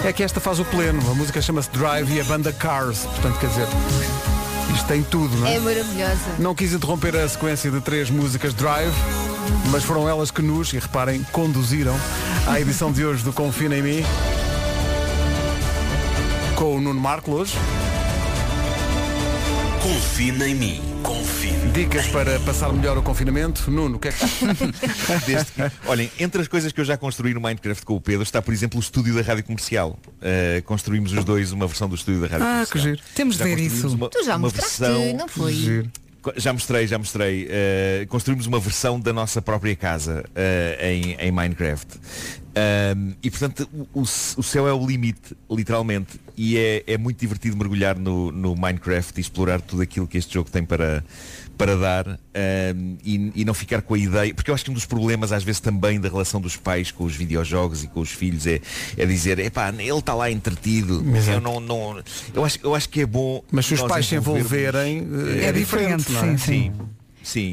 S1: É que esta faz o pleno. A música chama-se Drive e a banda Cars. Portanto, quer dizer, isto tem tudo, não
S5: *laughs*
S1: é?
S5: É maravilhosa.
S1: Não quis interromper a sequência de três músicas Drive, mas foram elas que nos, e reparem, conduziram à edição de hoje do Confina em Mim, com o Nuno Marco hoje.
S18: Confina em mim. Confina.
S1: Dicas para passar melhor o confinamento. Nuno, o que
S18: *laughs*
S1: é que...
S17: Desde que- Olhem, entre as coisas que eu já construí no Minecraft com o Pedro está, por exemplo, o estúdio da Rádio Comercial. Uh, construímos os dois uma versão do estúdio da Rádio
S1: Ah,
S17: Comercial.
S1: que giro.
S4: Temos de
S17: Já
S4: ver
S17: construímos
S4: isso.
S17: Uma,
S5: Tu já
S17: uma
S5: mostraste,
S17: versão
S5: não foi?
S17: Co- Já mostrei, já mostrei. Uh, construímos uma versão da nossa própria casa uh, em, em Minecraft. Um, e portanto o, o c- o céu é o limite, literalmente. E é, é muito divertido mergulhar no, no Minecraft e explorar tudo aquilo que este jogo tem para, para dar hum, e, e não ficar com a ideia, porque eu acho que um dos problemas às vezes também da relação dos pais com os videojogos e com os filhos é, é dizer, epá, ele está lá entretido,
S1: Exato.
S17: eu não, não eu, acho, eu acho que é bom.
S1: Mas se os
S17: nós
S1: pais se
S17: envolvermos-
S1: envolverem, eh, é diferente, não é?
S17: Sim, sim.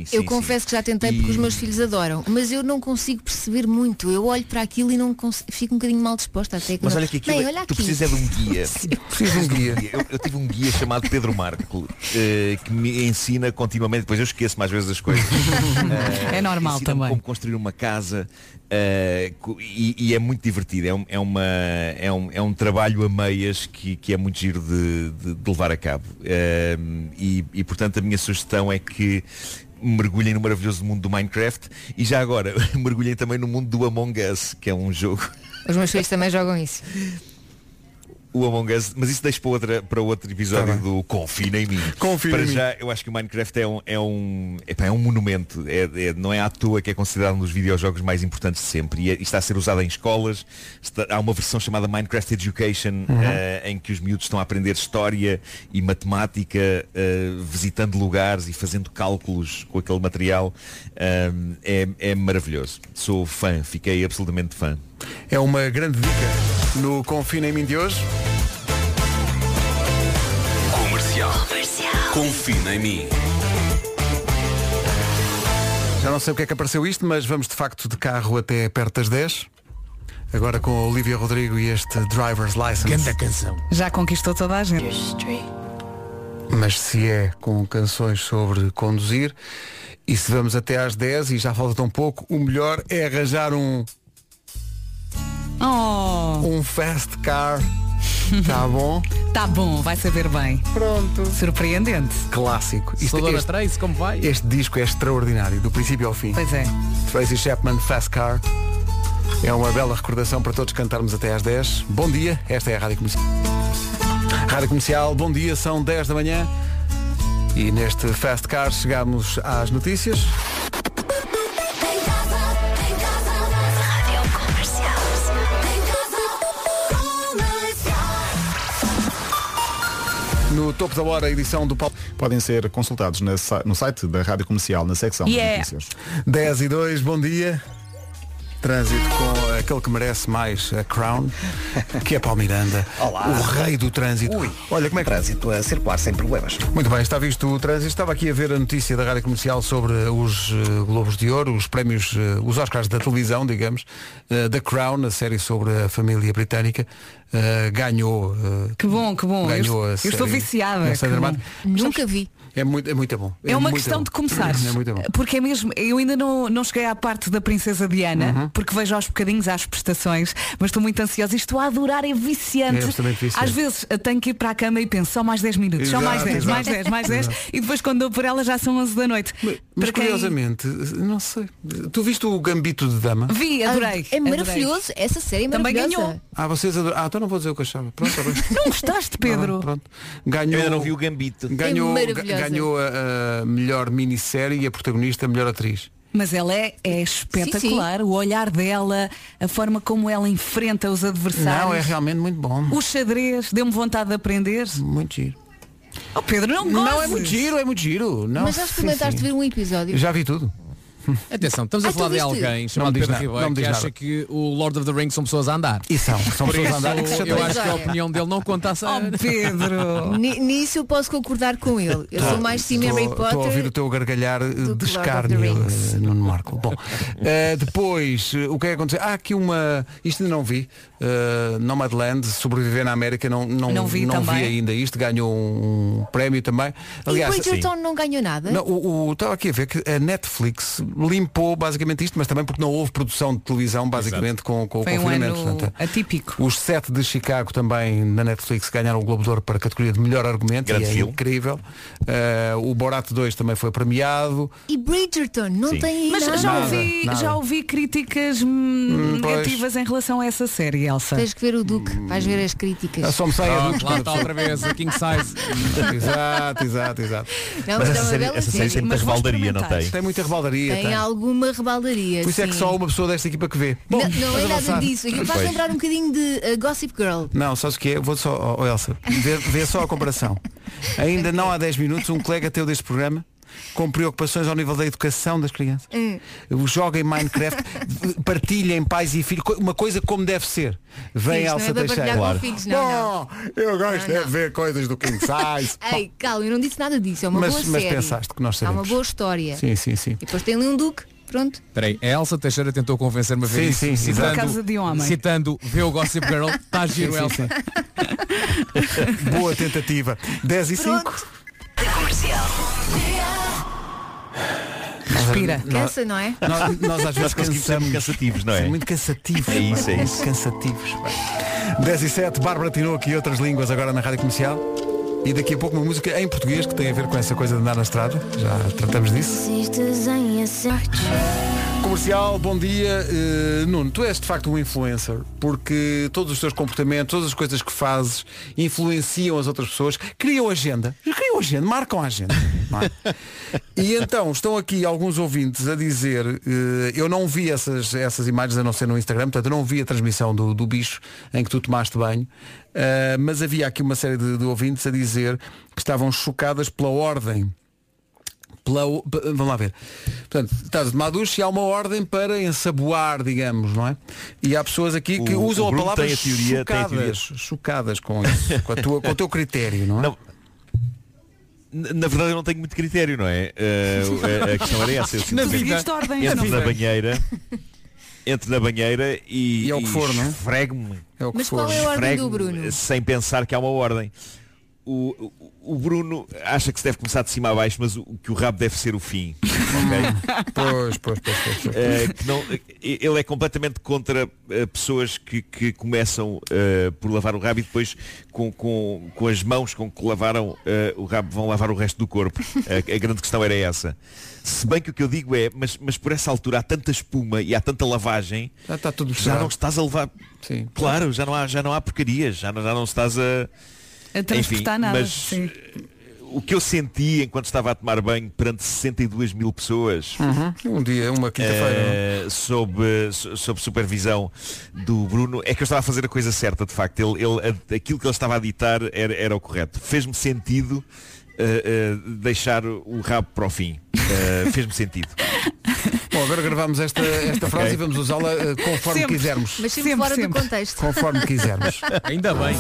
S17: sim,
S5: Eu
S17: sim.
S5: confesso que já tentei porque os meus filhos adoram, mas eu não consigo perceber muito. Eu olho para aquilo e não cons- fico um bocadinho mal disposta até que
S17: Mas
S5: não-
S17: olha que aquilo
S5: Bem,
S17: é-
S5: olha
S17: tu
S5: aqui.
S17: precisas é de um
S5: *laughs*
S17: guia.
S5: Sim.
S1: Preciso de um guia.
S17: Eu, eu tive um guia chamado Pedro Marco eh, que me ensina continuamente, depois eu esqueço mais vezes
S5: *laughs*
S17: as coisas. Eh,
S4: É normal
S17: ensina-me
S4: também.
S17: Como construir uma casa eh, co- e, e é muito divertido. É um, é uma, é um, é um trabalho a meias que, que é muito giro de, de- de levar a cabo. Eh, e, e portanto a minha sugestão é que mergulhem no maravilhoso mundo do Minecraft e já agora *laughs* mergulhem também no mundo do Among Us, que é um jogo
S5: Os meus filhos também jogam isso.
S17: o Among Us, mas isso deixa para, outra, para outro episódio do Confina em mim.
S1: Tá Confina
S17: para
S1: em mim.
S17: já, eu acho que o Minecraft é um, é um, epá, é um monumento. É, é- não é à toa que é considerado um dos videojogos mais importantes de sempre. E, é- e está a ser usado em escolas. Está- há uma versão chamada Minecraft Education,
S1: Uhum.
S17: eh, em que os miúdos estão a aprender história e matemática, eh, visitando lugares e fazendo cálculos com aquele material. Ah, é, é maravilhoso. Sou fã, fiquei absolutamente fã.
S1: É uma grande dica no Confina em mim de hoje.
S18: Comercial. Confina em mim.
S1: Já não sei o que é que apareceu isto, mas vamos de facto de carro até perto das 10. Agora com a Olivia Rodrigo e este Driver's License.
S4: Ganda
S1: canção.
S4: Já conquistou toda a gente.
S1: Mas se é com canções sobre conduzir, e se vamos até às 10 e já falta tão pouco, o melhor é arranjar um. Um fast car. Tá bom?
S4: Oh. *laughs* Tá bom, vai saber bem.
S1: Pronto.
S4: Surpreendente.
S1: Clássico.
S4: Dona
S6: Trace, como vai?
S1: Este disco é extraordinário, do princípio ao fim.
S4: Pois é.
S1: Tracy Chapman, Fast Car. É uma bela recordação para todos cantarmos até às 10. Bom dia, esta é a Rádio Comercial. Rádio Comercial, bom dia, são 10 da manhã. E neste Fast Car chegamos às notícias. No topo da hora, a edição do Paulo.
S19: Podem ser consultados na sa- no site da Rádio Comercial, na secção
S1: Yeah.
S19: das notícias.
S1: 10 e 2, bom dia. Trânsito com aquele que merece mais a Crown, que é Paulo Miranda.
S21: Olá.
S1: O rei do trânsito. Olha como é que...
S21: Trânsito a circular sem problemas.
S1: Muito bem, está visto o trânsito. Estava aqui a ver a notícia da Rádio Comercial sobre os eh, Globos de Ouro, os prémios, eh, os Oscars da televisão, digamos, eh, da Crown, a série sobre a família britânica, eh, ganhou. eh,
S4: Que bom, que bom.
S1: Ganhou
S4: eu,
S1: a
S4: eu
S1: série.
S4: estou viciada.
S1: Não
S4: que
S1: sei
S4: bom.
S1: dramático.
S5: Nunca vi.
S1: É muito, é muito bom.
S4: É uma
S1: muito
S4: questão
S1: bom.
S4: de começar.
S1: É muito bom.
S4: Porque é mesmo, eu ainda não, não cheguei à parte da Princesa Diana,
S1: Uhum.
S4: porque vejo aos bocadinhos às prestações, mas estou muito ansiosa. Isto a adorar é viciante.
S1: É absolutamente viciante.
S4: Às vezes eu tenho que ir para a cama e penso, só mais 10 minutos,
S1: Exato,
S4: só mais 10,
S1: exato.
S4: mais 10, mais 10,
S1: Exato.
S4: e depois quando dou por ela já são 11 da noite.
S1: Mas
S4: Para quem-
S1: curiosamente, não sei. Tu viste o Gambito de Dama?
S4: Vi, adorei.
S5: É maravilhoso. Essa série é
S4: Também
S5: maravilhosa.
S4: ganhou.
S1: Ah, vocês adoram. Ah, então não vou dizer o que achava. Pronto, está bem.
S4: Não gostaste, Pedro?
S1: Ah, pronto. Ganhou,
S17: Eu ainda não vi o Gambito.
S1: Ganhou,
S4: É
S1: ga-
S4: maravilhosa.
S1: ganhou a, a melhor minissérie e a protagonista a melhor atriz.
S4: Mas ela é, é espetacular, o olhar dela, a forma como ela enfrenta os adversários.
S1: Não, é realmente muito bom.
S4: O xadrez, deu-me vontade de aprender.
S1: Muito giro.
S4: Oh, Pedro, não
S1: Não,
S4: gozes.
S1: é muito giro, é muito giro. *laughs* Não,
S5: Mas já
S1: sim,
S5: experimentaste
S1: sim.
S5: ver um episódio?
S1: Já vi tudo.
S6: Atenção, estamos a
S5: Ai, tu
S6: falar de
S5: viste?
S6: alguém
S1: Não me
S6: chamado
S1: diz
S6: Pedro
S1: nada,
S6: Ribeiro
S1: não me
S6: que
S1: diz
S6: acha
S1: nada.
S6: que o Lord of the Rings são pessoas a andar.
S1: E são, são
S6: Por
S1: pessoas
S6: isso,
S1: a andar. Que se
S6: Eu
S1: chateiam.
S6: acho que a
S5: Pois é.
S6: opinião dele não conta a sério.
S5: Ni- Nisso eu posso concordar com ele. Eu sou mais Team Harry
S1: Estou a ouvir o
S5: Potter.
S1: teu gargalhar eh,
S5: Lord
S1: de
S5: of the
S1: escárnio,
S5: Rings.
S1: eh, Nuno Marco.
S5: *laughs*
S1: Bom, eh, depois, eh, o que é que aconteceu? Há aqui uma. Isto ainda não vi. eh, Nomadland, sobreviver na América, não, não,
S5: Não vi também.
S1: ainda isto. Ganhou um prémio também. Aliás,
S5: e Bridgerton não ganhou nada?
S1: Não, o- o- Estava aqui a ver que a Netflix limpou basicamente isto, mas também porque não houve produção de televisão, basicamente, com, com o
S4: Foi um
S1: confinamento. é
S4: ano atípico.
S1: Os sete de Chicago também na Netflix ganharam o Globo de Ouro para a categoria de melhor argumento.
S17: Grande
S1: e é
S17: filme.
S1: incrível. Eh, o Borat 2 também foi premiado.
S5: E Bridgerton não
S1: Sim.
S5: tem aí
S4: Mas
S5: nada.
S4: já,
S1: Nada,
S4: ouvi,
S1: nada.
S4: já ouvi críticas hum,
S1: Hum, pois.
S4: negativas em relação a essa série, Elsa.
S5: Tens que ver o Duque, vais ver as críticas.
S1: Só me saem
S6: Pronto,
S1: adultos.
S6: lá está outra vez, a King
S1: *laughs*
S6: Size.
S1: exato, exato, exato.
S5: Não, mas Mas é essa uma série- bela essa série série. tem muita
S1: Mas vou
S17: rebaldaria, não
S1: experimentar.
S17: tem?
S1: Tem muita rebaldaria.
S5: Tem alguma rebaldaria.
S1: Por isso é que
S5: sim.
S1: só uma pessoa desta equipa que vê. Bom,
S5: Não, não é
S1: vamos
S5: nada
S1: avançar.
S5: disso. Aquilo faz
S1: Pois.
S5: lembrar um bocadinho de uh, Gossip Girl.
S1: Não, sabes o que é? Vou só, oh, oh, Elsa, vê, vê só a comparação. Ainda não há 10 minutos, um colega teu deste programa com preocupações ao nível da educação das crianças. Joguem Minecraft, partilhem pais e filhos, co- uma coisa como deve ser. Vem
S5: Sim, isto
S1: Elsa
S5: não é para
S1: Teixeira.
S5: partilhar com filhos, não,
S1: Oh, Eu gosto
S5: Não,
S1: é de ver coisas do
S5: *laughs*
S1: King Size.
S5: Ei, calma, eu não disse nada disso, é uma
S1: Mas-
S5: boa
S1: mas
S5: série.
S1: pensaste que nós
S5: Há uma
S1: sabemos.
S5: boa história.
S1: Sim, sim, sim.
S5: E depois tem ali um duque, pronto.
S6: Peraí, a Elsa Teixeira tentou convencer-me a ver
S1: Sim,
S6: isso,
S1: sim,
S6: citando,
S1: exato. Por
S4: causa de um homem.
S6: citando vê o Gossip Girl, está giro
S1: Sim, sim,
S6: Elsa.
S1: *laughs* Boa tentativa. 10 e 5.
S7: Comercial.
S1: Respira.
S5: Cansa, não é?
S1: Nós, nós às vezes
S17: conseguimos ser
S1: cansamos.
S17: muito cansativos, não é?
S1: São muito cansativos.
S17: É isso, é
S1: muito
S17: isso.
S1: cansativos. 10 e 7, Bárbara Tinoco e outras línguas agora na Rádio Comercial. E daqui a pouco uma música em português que tem a ver com essa coisa de andar na estrada. Já tratamos disso.
S14: Existes em acertos.
S1: Comercial, bom dia. Eh, Nuno, tu és de facto um influencer, porque todos os teus comportamentos, todas as coisas que fazes, influenciam as outras pessoas, criam agenda, criam agenda, marcam a agenda. *laughs* não é? e então estão aqui alguns ouvintes a dizer, eh, eu não vi essas, essas imagens a não ser no Instagram, portanto eu não vi a transmissão do, do bicho em que tu tomaste banho, eh, mas havia aqui uma série de, de ouvintes a dizer que estavam chocadas pela ordem pela, o- p- vamos lá ver. Portanto, estás a tomar ducha e há uma ordem para ensaboar, digamos, não é? E há pessoas aqui que
S17: O- o
S1: usam a
S17: Bruno
S1: palavra
S17: tem a teoria- tem a
S1: chocadas,
S17: teoria.
S1: chocadas com isso, *laughs* com, a tua- com o teu critério, não é?
S17: Na na verdade eu não tenho muito critério, não é? Eh, a- a questão era essa. Eu
S4: Na
S17: simplesmente
S4: vida. Seguiste ordens, não
S17: entro na
S4: foi?
S17: banheira. Entro na banheira e,
S1: E é o que for, não é?
S17: esfrego-me.
S1: É o que
S5: Mas
S1: for.
S5: qual é a ordem do
S17: Esfrego-me,
S5: Bruno?
S17: Sem pensar que há uma ordem. O, o- o Bruno acha que se deve começar de cima a baixo, mas o, que o rabo deve ser o fim.
S1: *laughs*
S17: ok?
S1: Pois, pois, pois, pois, pois.
S17: Eh, que não- eh, ele é completamente contra eh, pessoas que, que começam eh, por lavar o rabo e depois com, com, com as mãos com que lavaram eh, o rabo vão lavar o resto do corpo. a, a grande questão era essa. Se bem que o que eu digo é, mas, mas por essa altura há tanta espuma e há tanta lavagem,
S1: Já está tudo
S17: já
S1: misturado.
S17: não estás a levar.
S1: Sim.
S17: Claro, já não há, já não há porcarias, já não, já não estás a.
S4: A transportar nada.
S17: mas-
S4: sim.
S17: O que eu senti enquanto estava a tomar banho perante 62 mil pessoas
S1: Um dia, uma quinta-feira. não é?
S17: eh, sob, eh, so- sob supervisão do Bruno, é que eu estava a fazer a coisa certa, de facto. Ele, ele- a- aquilo que ele estava a ditar era, era o correto. Fez-me sentido eh, eh, deixar o rabo para o fim. Eh, *laughs* Fez-me sentido.
S1: Bom, agora gravamos esta, esta frase e vamos usá-la eh, conforme
S4: Sempre.
S1: quisermos.
S5: Mas sempre,
S4: Sempre,
S5: fora
S4: sempre.
S5: do contexto.
S1: Conforme
S5: *laughs*
S1: quisermos.
S6: Ainda bem.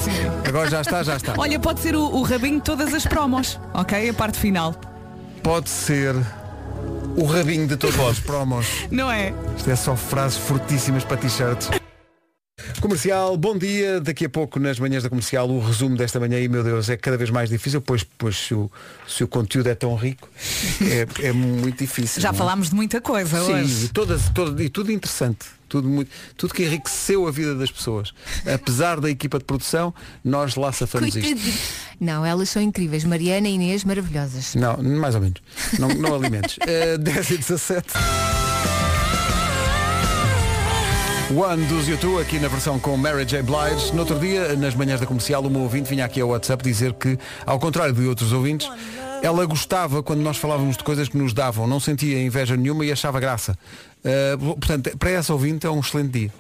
S1: Agora já está, já está.
S4: Olha, pode ser o, o rabinho de todas as promos, ok? A parte final.
S1: Pode ser o rabinho de todos os promos.
S4: Não é?
S1: Isto é só frases fortíssimas para t-shirts. Comercial, bom dia. Daqui a pouco nas manhãs da comercial o resumo desta manhã e meu Deus, é cada vez mais difícil, pois, pois se, o, se o conteúdo é tão rico, é, é muito difícil.
S4: Já
S1: não é?
S4: falámos de muita coisa
S1: Sim, e,
S4: hoje.
S1: todas, todas- e tudo interessante. Tudo, muito, tudo que enriqueceu a vida das pessoas. Apesar da equipa de produção, nós lá safamos isto.
S5: Coitadinho. Não, elas são incríveis. Mariana e Inês, maravilhosas.
S1: Não, mais ou menos. Não, não alimentes. Eh, 10 e 17. One dos YouTube aqui na versão com Mary J. Blige. No outro dia, nas manhãs da comercial, uma ouvinte vinha aqui ao WhatsApp dizer que, ao contrário de outros ouvintes, ela gostava quando nós falávamos de coisas que nos davam, não sentia inveja nenhuma e achava graça. Eh, portanto, para essa ouvinte é um excelente dia.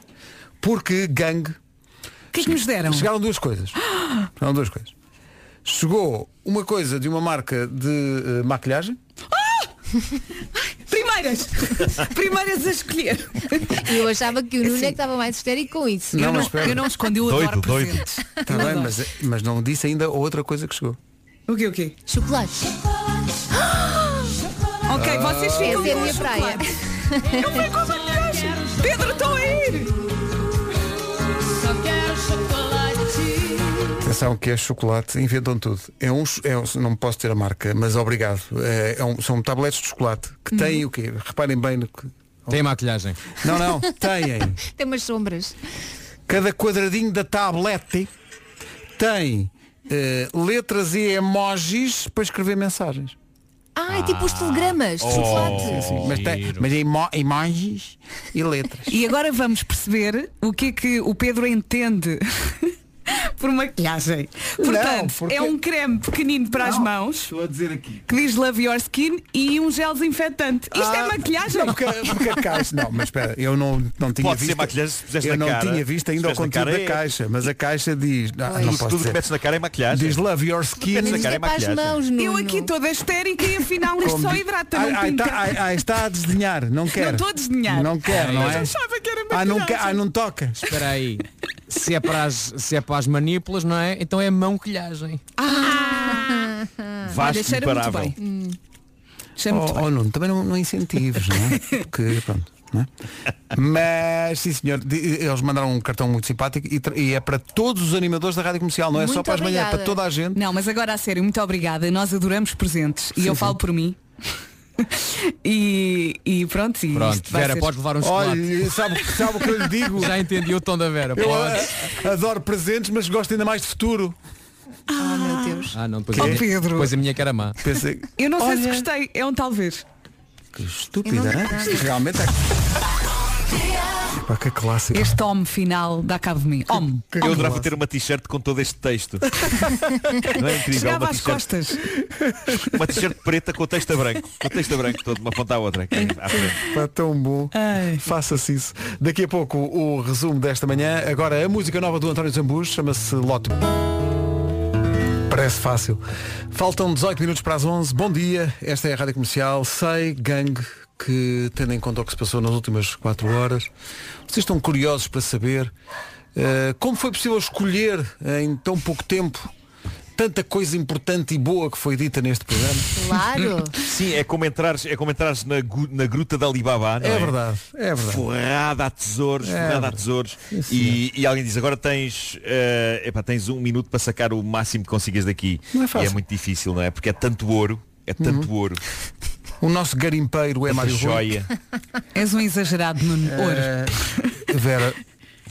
S1: Porque gangue
S4: O que é que nos deram?
S1: Chegaram duas coisas. Chegaram duas coisas. Chegou uma coisa de uma marca de eh,
S4: *laughs*
S1: maquilhagem.
S4: Primeiras! Primeiras a escolher.
S5: *laughs* Eu achava que o Nuno é que estava mais histérico com isso.
S1: Não,
S4: eu,
S1: mas
S4: não,
S1: espera.
S4: eu não escondi, eu adoro
S17: Doido, doido.
S4: presentes.
S1: Está
S4: Eu
S1: bem,
S4: adoro.
S1: mas, é- mas não disse ainda outra coisa que chegou.
S4: O quê, o quê?
S5: Chocolates.
S4: *gasps* Ok, vocês
S5: Essa
S4: ficam
S5: é a
S4: com
S5: minha
S4: os
S5: praia.
S4: chocolates. Eu fico com os maquilhagem. Pedro, estou a ir!
S1: Atenção que é chocolate, inventam tudo. É um, cho- é um- não posso ter a marca, mas obrigado. É, é um- são tabletes de chocolate
S4: Uhum.
S1: que têm o quê? Reparem bem no que.
S6: Tem maquilhagem.
S1: Não, não, têm.
S5: Tem umas sombras.
S1: Cada quadradinho da tablete tem eh, letras e emojis para escrever mensagens.
S5: Ah, é tipo os telegramas de
S1: Oh, Sim,
S5: chocolate.
S1: sim. Mas, tem, mas é emo- emojis e letras.
S4: E agora vamos perceber o que é que o Pedro entende por maquilhagem. *laughs* Portanto, é um creme pequenino para as mãos. Estou
S1: a dizer aqui.
S4: Que diz Love Your Skin e um gel desinfetante. Isto é
S1: Ah,
S4: maquilhagem?
S1: Não, porque, porque a caixa.
S17: *laughs*
S1: Não, Oh, mas espera, eu não, não tinha
S17: Pode ser
S1: visto.
S17: maquilhagem se puseres
S1: eu
S17: na
S1: não
S17: cara.
S1: tinha visto
S17: Se
S1: ainda o
S17: puseres na
S1: conteúdo
S17: cara
S1: da
S17: é-
S1: caixa, mas a caixa diz. Não,
S17: Pois.
S1: não
S17: Tudo-
S1: posso
S17: tudo que
S1: dizer.
S17: metes na cara é maquilhagem.
S1: Diz Love Your
S17: que
S1: Skin.
S17: metes na cara é maquilhagem.
S4: Eu aqui toda histérica e afinal isto
S1: Como
S4: só
S1: diz-
S4: hidrata,
S1: Ai,
S4: não
S1: ai,
S4: pinta.
S1: tá- ai, ai, está a desdenhar, não quer.
S4: estou a desdenhar.
S1: Não quer, não
S4: Mas
S1: é?
S4: achava que era
S1: Ah, não,
S4: maquilhagem.
S1: quer- ah, não toca.
S6: Espera aí. Se é, para as, se é para as manípulas, não é? Então é mão quilhagem.
S4: Ah!
S6: Vasco
S4: Olha, cheira muito
S6: imparável.
S4: bem. Hum. Cheira muito
S1: Oh,
S4: bem.
S1: oh, Nuno, também não, não incentives, não é?
S4: *laughs*
S1: Porque, pronto. não é? Mas sim senhor, de- eles mandaram um cartão muito simpático e, tra- e é para todos os animadores da Rádio Comercial, não é só
S4: Muito
S1: para as manhãs,
S4: obrigada.
S1: para toda a gente.
S4: Não, mas agora a sério, muito obrigada. Nós adoramos presentes e
S1: Sim,
S4: eu
S1: sim.
S4: falo por mim. *laughs* e, e pronto, e
S6: Pronto,
S4: isto vai
S6: Vera,
S4: ser-
S6: podes levar um
S1: Olha, eh,
S6: chocolate.
S1: sabe, sabe o que eu lhe digo?
S6: Já entendi o tom da Vera.
S1: Eu
S6: Podes.
S1: a- adoro presentes, mas gosto ainda mais de futuro.
S5: Oh meu Deus.
S6: Ah, não, depois,
S1: Quê?
S6: a minha,
S1: Oh, Pedro.
S6: depois a minha que era má.
S1: Pensei,
S4: Eu não sei se gostei, é um talvez.
S1: que estúpida,
S4: Eu não-
S1: hein? Isto realmente é. Pá, que clássico.
S4: Este homem final dá cabo de mim. Homem.
S17: Eu adorava
S4: *laughs*
S17: ter uma t-shirt com todo este texto. Não é incrível?
S4: Chegava
S17: uma
S4: às
S17: t-shirt-
S4: costas.
S17: Uma t-shirt preta com o texto a branco. Com o texto a branco todo, de uma ponta à outra.
S1: *laughs*
S17: aqui à frente.
S1: Pá, tão bom. Faça-se isso. Daqui a pouco o resumo desta manhã. Agora a música nova do António Zambus chama-se Loto. Parece fácil. Faltam 18 minutos para as 11. Bom dia. Esta é a Rádio Comercial. Sei, gangue, que tendo em conta o que se passou nas últimas 4 horas, vocês estão curiosos para saber eh, como foi possível escolher eh, em tão pouco tempo tanta coisa importante e boa que foi dita neste programa?
S17: *laughs* Sim, é como entrares, é como entrares na, gu- na gruta da Alibaba, não é?
S1: É verdade, é verdade.
S17: Forrada a tesouros,
S1: É
S17: forrada a
S1: verdade.
S17: tesouros. E, e alguém diz, agora tens, eh, epá, tens um minuto para sacar o máximo que consigas daqui.
S1: Não é fácil.
S17: E é muito difícil, não é? Porque é tanto ouro, é tanto ouro.
S1: O nosso garimpeiro é
S17: Tanta
S1: mais
S17: joia.
S4: És um exagerado, Nuno. Ouro.
S5: Eh,
S1: Vera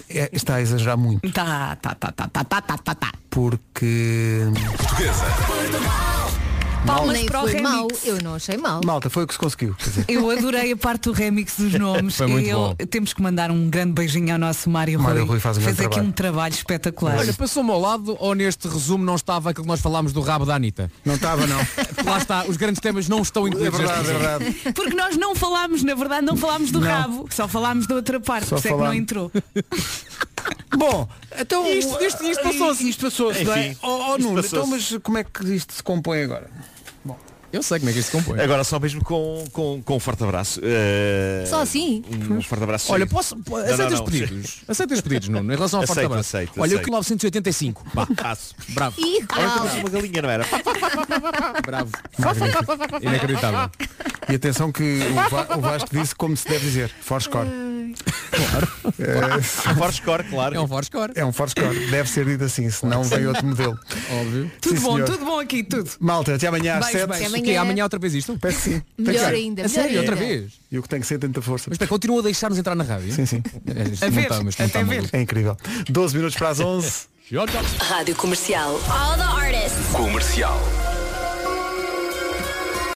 S1: é- está a exagerar muito.
S4: Tá, tá, tá, tá, tá, tá, tá, tá, tá.
S1: Porque.
S18: Portuguesa.
S4: Palmas
S5: Nem
S4: para o
S5: foi
S4: remix.
S5: mal, eu não achei mal.
S1: Malta, foi o que se conseguiu. Quer dizer,
S4: Eu adorei a parte do remix dos nomes.
S1: *laughs* Foi muito
S4: Eu-
S1: bom.
S4: Temos que mandar um grande beijinho ao nosso Mário
S1: Mário
S4: Rui.
S1: Rui faz um
S4: Fez
S1: grande
S4: aqui
S1: trabalho.
S4: um trabalho espetacular.
S6: Olha, passou-me ao lado ou neste resumo não estava aquilo que nós falámos do rabo da Anitta?
S1: Não estava, não.
S6: *laughs* Lá está, os grandes temas não estão incluídos.
S1: verdade,
S6: neste
S1: é
S6: resumo.
S1: verdade.
S4: Porque nós não falámos, na verdade, não falámos do
S1: Não.
S4: rabo, só falámos da outra parte,
S1: Só
S4: por isso é que não
S1: falámos.
S4: entrou.
S1: Bom, então.
S4: Isto- isto- isto passou-se.
S1: Isto passou-se, não é?
S17: Enfim,
S1: Oh, oh,
S17: isto
S1: Nuno,
S17: passou-se.
S1: então, mas como é que isto se compõe agora?
S6: Eu sei como é que isto se compõe.
S17: Agora só mesmo com, com, com um forte abraço. Eh,
S5: Só assim?
S17: Um forte abraço.
S6: Olha,
S17: Sim.
S6: posso.
S17: Não, não,
S6: aceita os
S17: não,
S6: pedidos. Aceita os pedidos, Nuno, em relação ao forte
S17: Aceito,
S6: abraço.
S17: aceito,
S6: Olha,
S17: aceito.
S6: o 985. Pá. Bravo.
S5: Ih,
S17: Olha,
S5: calma.
S17: trouxe uma galinha, não era?
S6: *laughs* Bravo.
S1: Magnífico.
S6: Inacreditável.
S1: E atenção que o, Va o Vasco disse como se deve dizer. Forscore. Claro.
S17: Um Forscore, claro.
S6: É um Forscore.
S1: É um Forscore. Deve ser dito assim, senão veio outro modelo.
S6: Óbvio.
S4: Tudo bom, tudo bom aqui, tudo.
S1: Malta, até amanhã às
S4: Beijo,
S1: 7.
S4: beijo.
S5: Até amanhã.
S6: Amanhã outra vez isto?
S5: *laughs*
S1: Peço sim. Tem que
S5: Melhor
S1: ser.
S5: ainda,
S6: A
S5: melhor
S6: sério, outra
S5: ainda.
S6: vez.
S1: E o que tem que ser tanta força.
S6: Mas espera, continua a deixar-nos entrar na rádio? Sim,
S1: sim.
S6: *laughs* Isto não está- isto não está maluco.
S1: É incrível. 12 minutos para as 11.
S6: Tchau, tchau.
S7: Rádio Comercial.
S14: All the artists.
S18: Comercial.